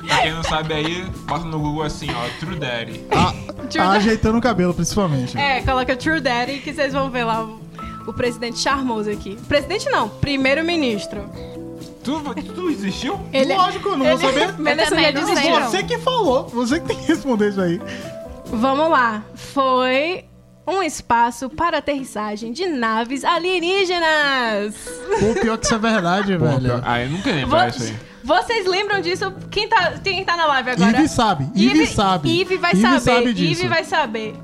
Speaker 4: pra quem não sabe aí, bota no Google assim, ó, True Daddy.
Speaker 1: True
Speaker 2: Tá
Speaker 1: Daddy.
Speaker 2: ajeitando o cabelo, principalmente.
Speaker 1: É, coloca True Daddy que vocês vão ver lá o, o presidente charmoso aqui. Presidente não, primeiro-ministro.
Speaker 4: Tu, tu existiu?
Speaker 1: Ele-
Speaker 2: Lógico, eu não vou
Speaker 1: ele-
Speaker 2: saber.
Speaker 1: Vanessa
Speaker 5: também
Speaker 1: já
Speaker 5: não sei,
Speaker 1: desistiu.
Speaker 2: Você que falou. Você que tem que responder isso aí.
Speaker 1: Vamos lá. Foi um espaço para aterrissagem de naves alienígenas.
Speaker 2: Pô, pior que isso é verdade,
Speaker 4: Pô,
Speaker 2: velho.
Speaker 4: Ah, eu nunca lembro
Speaker 1: Vo-
Speaker 4: isso aí.
Speaker 1: Vocês lembram disso? Quem tá, quem tá na live agora?
Speaker 2: Ive sabe. Ive, sabe.
Speaker 1: Ive vai
Speaker 2: Ive
Speaker 1: saber.
Speaker 2: sabe disso.
Speaker 1: Ive vai saber.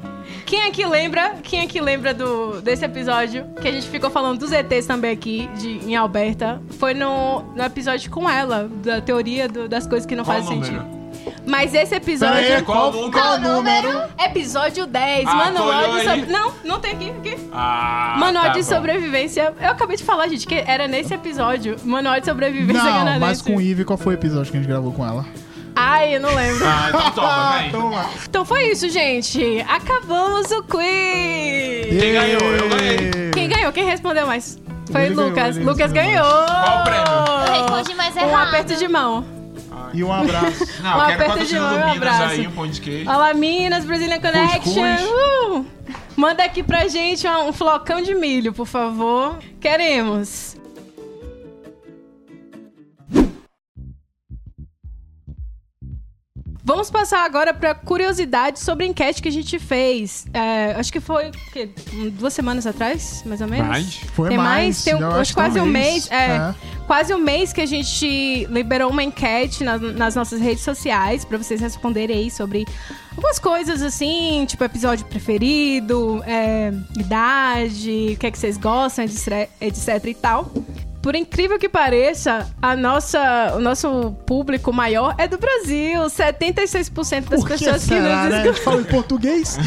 Speaker 1: Quem aqui lembra? Quem aqui lembra do, desse episódio que a gente ficou falando dos ETs também aqui de, em Alberta? Foi no, no episódio com ela, da teoria do- das coisas que não
Speaker 4: Qual
Speaker 1: fazem
Speaker 4: número?
Speaker 1: sentido. Mas esse episódio.
Speaker 2: Pera aí, é qual,
Speaker 4: Qual
Speaker 2: qual,
Speaker 4: o
Speaker 2: número?
Speaker 1: Episódio 10,
Speaker 4: Ah, tu
Speaker 1: manual
Speaker 4: olhou
Speaker 1: de
Speaker 4: aí?
Speaker 1: sobre... Não, não tem aqui. aqui.
Speaker 4: Ah,
Speaker 1: manual de
Speaker 4: bom.
Speaker 1: sobrevivência. Eu acabei de falar, gente, que era nesse episódio. Manual de sobrevivência
Speaker 2: Não,
Speaker 1: canadense.
Speaker 2: mas com Ive, qual foi o episódio que a gente gravou com ela?
Speaker 1: Ai, eu não lembro.
Speaker 4: Ah, então toma, vem.
Speaker 2: Então lá.
Speaker 1: então foi isso, gente. Acabamos o quiz.
Speaker 4: Quem ganhou? Eu ganhei.
Speaker 1: Quem ganhou? Quem respondeu mais? Foi
Speaker 2: Ele ganhou,
Speaker 1: Lucas.
Speaker 2: ele
Speaker 1: Lucas
Speaker 2: respondeu
Speaker 1: ganhou.
Speaker 4: Qual o prêmio?
Speaker 5: Eu respondi mais errado.
Speaker 1: Um aperto de mão.
Speaker 2: E um abraço.
Speaker 4: Não,
Speaker 1: Um
Speaker 4: eu quero
Speaker 1: aperto
Speaker 4: quatro
Speaker 1: de mão e um
Speaker 4: do Minas
Speaker 1: abraço.
Speaker 4: aí, um pão de queijo.
Speaker 1: Olá, Minas, Brazilian Connection. Uh! Manda aqui pra gente um um flocão de milho, por favor. Queremos. Vamos passar agora pra curiosidade sobre a enquete que a gente fez. É, acho que foi o quê? Um, duas semanas atrás, mais ou menos.
Speaker 4: Mas,
Speaker 2: Foi
Speaker 1: Tem mais?
Speaker 2: mais.
Speaker 1: Tem um-
Speaker 2: eu
Speaker 1: acho
Speaker 2: acho que
Speaker 1: quase um mês, é.
Speaker 2: É.
Speaker 1: Quase um mês que a gente liberou uma enquete na- nas nossas redes sociais pra vocês responderem aí sobre algumas coisas assim, tipo episódio preferido, é, idade, o que é que vocês gostam, etc, etc e tal. Por incrível que pareça, a nossa, o nosso público maior é do Brasil. 76% das
Speaker 2: Por que
Speaker 1: pessoas que
Speaker 2: será,
Speaker 1: nos
Speaker 2: né? A gente fala em português?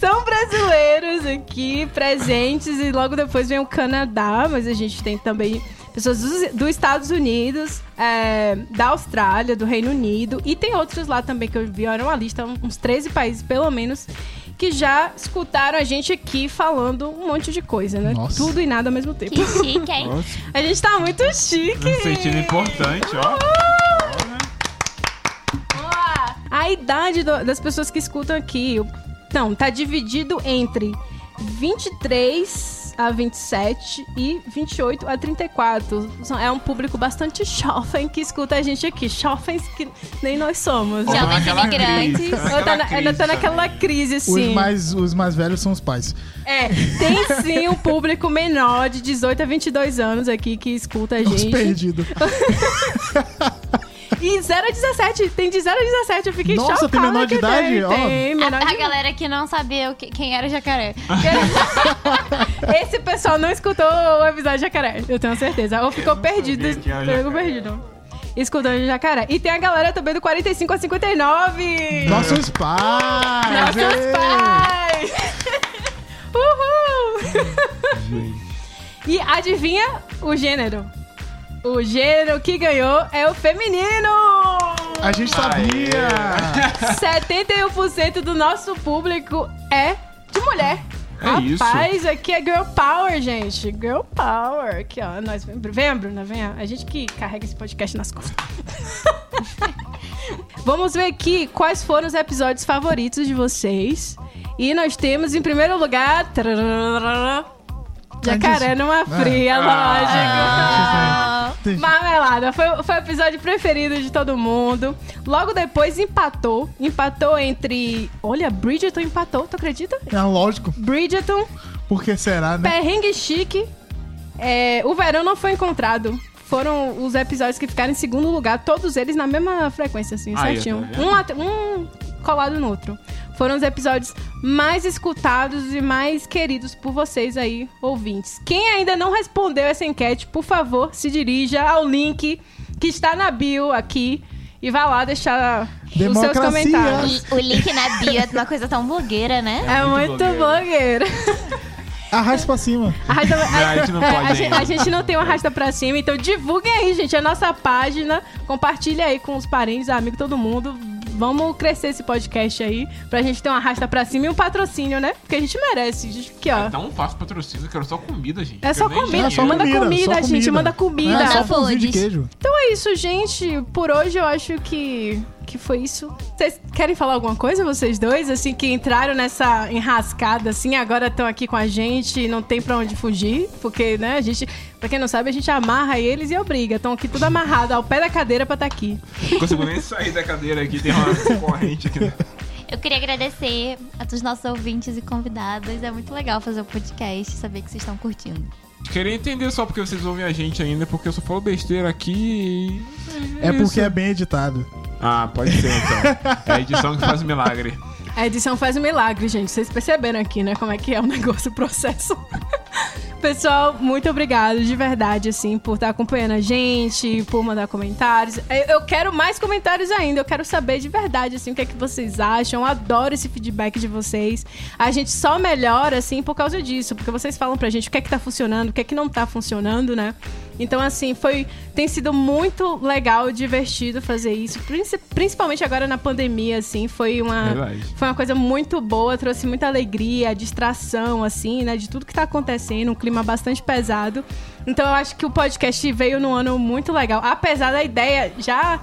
Speaker 1: são brasileiros aqui presentes e logo depois vem o Canadá, mas a gente tem também pessoas dos, dos Estados Unidos, é, da Austrália, do Reino Unido e tem outros lá também que eu vi, era uma lista, um, uns 13 países pelo menos, que já escutaram a gente aqui falando um monte de coisa, né?
Speaker 2: Nossa.
Speaker 1: Tudo e nada ao mesmo tempo.
Speaker 5: Que chique, hein?
Speaker 4: nossa,
Speaker 1: A gente tá muito chique!
Speaker 4: um sentido importante, ó.
Speaker 1: A idade do- das pessoas que escutam aqui. o- Não, tá dividido entre 23 a 27 e 28 a 34. São- É um público bastante jovem que escuta a gente aqui. Jovens que nem nós somos.
Speaker 5: Jovens
Speaker 4: Ou tá naquela
Speaker 5: imigrantes.
Speaker 4: crise, tá
Speaker 1: Eu tá, na,
Speaker 4: naquela
Speaker 1: ainda tá
Speaker 4: crise
Speaker 1: naquela crise,
Speaker 2: Os
Speaker 1: assim.
Speaker 2: mais, os mais velhos são os pais.
Speaker 1: É, tem sim um público menor de 18 a 22 anos aqui que escuta a
Speaker 2: Os
Speaker 1: gente.
Speaker 2: perdidos.
Speaker 1: E 0 a 17, tem de 0 a 17, eu fiquei
Speaker 2: Nossa,
Speaker 1: chocada.
Speaker 2: tem menor de
Speaker 1: que
Speaker 2: idade?
Speaker 1: Tem,
Speaker 2: Ó.
Speaker 1: tem
Speaker 5: A,
Speaker 1: menor Tá de
Speaker 5: a galera que não sabia o que- quem era o jacaré.
Speaker 1: Esse pessoal não escutou o episódio de jacaré, eu tenho certeza. Ou ficou
Speaker 4: não
Speaker 1: perdido.
Speaker 4: sabia que era
Speaker 1: Pegou
Speaker 4: jacaré.
Speaker 1: perdido. Escutando de jacaré. E tem a galera também do 45 a 59.
Speaker 2: Nossos pais!
Speaker 1: Nossos
Speaker 2: Ei!
Speaker 1: pais! Uhul!
Speaker 4: Gente.
Speaker 1: E adivinha o gênero? O gênero que ganhou é o feminino!
Speaker 2: A gente sabia!
Speaker 1: 71% do nosso público é de mulher.
Speaker 4: É
Speaker 1: Rapaz, aqui é Girl Power, gente. Girl Power. Aqui, ó. Nós, vem, vem, Bruna, vem. ó. A gente que carrega esse podcast nas costas. Vamos ver aqui quais foram os episódios favoritos de vocês. E nós temos, em primeiro lugar... tararara, Jacaré numa fria, lógico.
Speaker 5: Ah,
Speaker 1: Marmelada, foi, foi o episódio preferido de todo mundo. Logo depois empatou. Empatou entre. Olha, Bridgeton empatou, tu acredita?
Speaker 2: É lógico,
Speaker 1: Bridgeton,
Speaker 2: porque será, né?
Speaker 1: perrengue chique. É, o verão não foi encontrado. Foram os episódios que ficaram em segundo lugar, todos eles na mesma frequência, assim,
Speaker 4: Aí,
Speaker 1: certinho.
Speaker 4: tá vendo?
Speaker 1: um, at- um colado no outro. Foram os episódios mais escutados e mais queridos por vocês aí, ouvintes. Quem ainda não respondeu essa enquete, por favor, se dirija ao link que está na bio aqui e vá lá deixar os seus
Speaker 2: Democracia.
Speaker 1: comentários.
Speaker 5: O link na bio é uma coisa tão blogueira, né?
Speaker 1: É muito
Speaker 4: muito
Speaker 1: blogueira.
Speaker 2: Arrasta pra cima.
Speaker 1: Arrasta-
Speaker 4: a gente não
Speaker 1: é,
Speaker 4: pode
Speaker 1: a gente-
Speaker 4: ainda.
Speaker 1: a gente não tem um arrasta pra cima, então divulguem aí, gente, a nossa página. Compartilha aí com os parentes, amigos, todo mundo. Vamos crescer esse podcast aí, pra gente ter um arrasta pra cima e um patrocínio, né? Porque a gente merece. A gente- Aqui, ó.
Speaker 4: Dá um fácil patrocínio, eu quero só comida, gente.
Speaker 1: É só
Speaker 4: Eu nem
Speaker 1: comida,
Speaker 4: dinheiro.
Speaker 1: só manda comida,
Speaker 2: só
Speaker 1: gente, manda comida.
Speaker 2: É, só
Speaker 5: Manda
Speaker 2: pãozinho de
Speaker 5: fones.
Speaker 2: queijo.
Speaker 1: Então é isso, gente. Por hoje eu acho que, que foi isso. Vocês querem falar alguma coisa, vocês dois? Assim, que entraram nessa enrascada, assim, agora estão aqui com a gente e não tem pra onde fugir. Porque, né, a gente, pra quem não sabe, a gente amarra eles e obriga. Estão aqui tudo amarrado, ao pé da cadeira pra estar aqui.
Speaker 4: Não consigo nem sair da cadeira aqui, tem uma corrente aqui.
Speaker 5: Eu queria agradecer a todos os nossos ouvintes e convidados. É muito legal fazer o podcast, saber que vocês estão curtindo.
Speaker 4: Queria entender só porque vocês ouvem a gente ainda, porque eu só falo besteira aqui e...
Speaker 2: É porque
Speaker 4: isso.
Speaker 2: é bem editado.
Speaker 4: Ah, pode ser então. É a edição que faz o milagre.
Speaker 1: A edição faz um milagre, gente. Vocês perceberam aqui, né? Como é que é o negócio, o processo. Pessoal, muito obrigado de verdade, assim, por estar acompanhando a gente, por mandar comentários. Eu eu quero mais comentários ainda. Eu quero saber de verdade, assim, o que é que vocês acham. Eu adoro esse feedback de vocês. A gente só melhora, assim, por causa disso. Porque vocês falam pra gente o que é que tá funcionando, o que é que não tá funcionando, né? Então, assim, foi. Tem sido muito legal, divertido fazer isso. princi- Principalmente agora na pandemia, assim. Foi uma.
Speaker 4: É Verdade.
Speaker 1: Foi uma coisa muito boa, trouxe muita alegria, distração, assim, né? De tudo que tá acontecendo, um clima bastante pesado. Então eu acho que o podcast veio num ano muito legal. Apesar da ideia já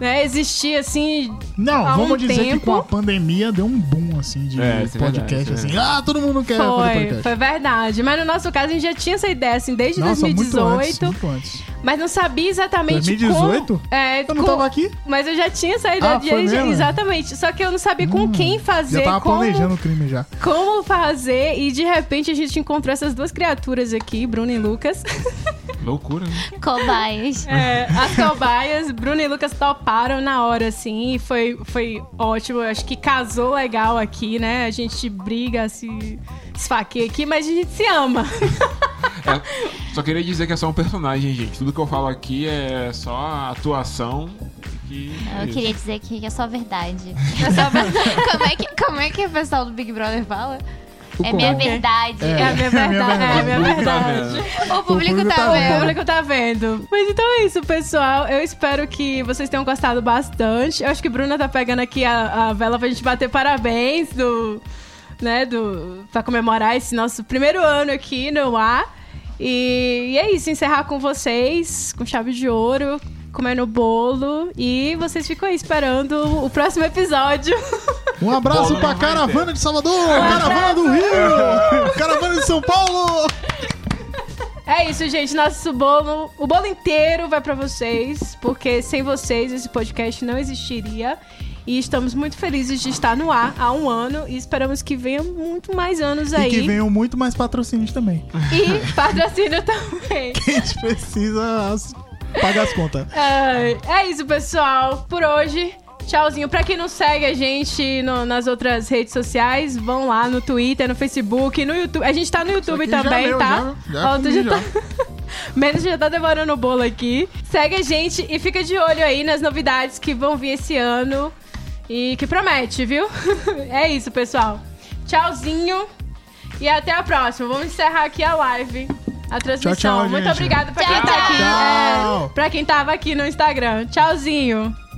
Speaker 1: né, existir, assim.
Speaker 2: Não,
Speaker 1: Há um
Speaker 2: vamos dizer
Speaker 1: tempo-
Speaker 2: que com a pandemia deu um boom, assim, de
Speaker 4: É, isso é
Speaker 2: podcast,
Speaker 4: verdade, isso é
Speaker 2: assim. Ah, todo mundo quer fazer
Speaker 1: Foi,
Speaker 2: podcast.
Speaker 1: foi verdade. Mas no nosso caso, a gente já tinha essa ideia, assim, desde
Speaker 2: Nossa, muito
Speaker 1: 2018.
Speaker 2: antes, muito antes.
Speaker 1: Mas não sabia exatamente
Speaker 2: 2018?
Speaker 1: como... É,
Speaker 2: Eu não
Speaker 1: com-
Speaker 2: tava aqui?
Speaker 1: Mas eu já tinha essa ideia
Speaker 2: Ah,
Speaker 1: de...
Speaker 2: foi mesmo? Hum.
Speaker 1: Exatamente. Só que eu não sabia com quem fazer,
Speaker 2: Já tava
Speaker 1: como...
Speaker 2: planejando o crime já.
Speaker 1: como fazer e de repente a gente encontrou essas duas criaturas aqui, Bruno e Lucas.
Speaker 4: Loucura, né?
Speaker 5: Cobaias.
Speaker 1: É, as cobaias, Bruno e Lucas toparam na hora, assim, e foi, foi ótimo. Eu acho que casou legal aqui, né? A gente briga, se esfaqueia aqui, mas a gente se ama.
Speaker 4: É, só queria dizer que é só um personagem, gente. Tudo que eu falo aqui é só atuação. Que
Speaker 5: Eu queria dizer que é só verdade. É só verdade. como, é que, como é que o pessoal do Big Brother fala?
Speaker 2: O
Speaker 5: é minha
Speaker 2: como?
Speaker 5: verdade.
Speaker 1: É, a minha verdade, é a minha
Speaker 4: tá
Speaker 1: verdade.
Speaker 5: O público tá
Speaker 2: tá
Speaker 1: O
Speaker 5: vendo.
Speaker 1: público tá vendo. Mas então é isso, pessoal. Eu espero que vocês tenham gostado bastante. Eu acho que Bruna tá pegando aqui a, a vela pra gente bater parabéns do. né, do. pra comemorar esse nosso primeiro ano aqui no ar. E, e é isso, encerrar com vocês, com chave de ouro, comendo bolo. E vocês ficam aí esperando o próximo episódio.
Speaker 2: Um abraço
Speaker 4: Bola
Speaker 2: pra
Speaker 4: não vai
Speaker 2: Caravana
Speaker 4: ter.
Speaker 2: de Salvador, Caravana do Rio, Caravana de São Paulo.
Speaker 1: É isso, gente. Nosso bolo, o bolo inteiro vai pra vocês, porque sem vocês esse podcast não existiria. E estamos muito felizes de estar no ar há um ano e esperamos que venham muito mais anos
Speaker 2: E que
Speaker 1: aí.
Speaker 2: venham muito mais patrocínios também.
Speaker 1: E patrocínio também.
Speaker 2: A gente precisa as- pagar as contas.
Speaker 1: Ai, é isso, pessoal. Por hoje, tchauzinho. Pra quem não segue a gente no- nas outras redes sociais, vão lá no Twitter, no Facebook, no YouTube. A gente tá no YouTube
Speaker 2: aqui já
Speaker 1: também,
Speaker 2: leu,
Speaker 1: tá?
Speaker 2: já- já
Speaker 1: Ó, tu
Speaker 2: comi, já.
Speaker 1: tá- Menos já tá devorando o bolo aqui. Segue a gente e fica de olho aí nas novidades que vão vir esse ano. E que promete, viu? é isso, pessoal. Tchauzinho. E até a próxima. Vamos encerrar aqui a live. A transmissão.
Speaker 2: tchau,
Speaker 1: Muito
Speaker 2: gente.
Speaker 1: obrigada pra
Speaker 5: Tchau,
Speaker 1: quem tá aqui.
Speaker 2: tchau.
Speaker 1: É, pra quem tava aqui no Instagram. Tchauzinho.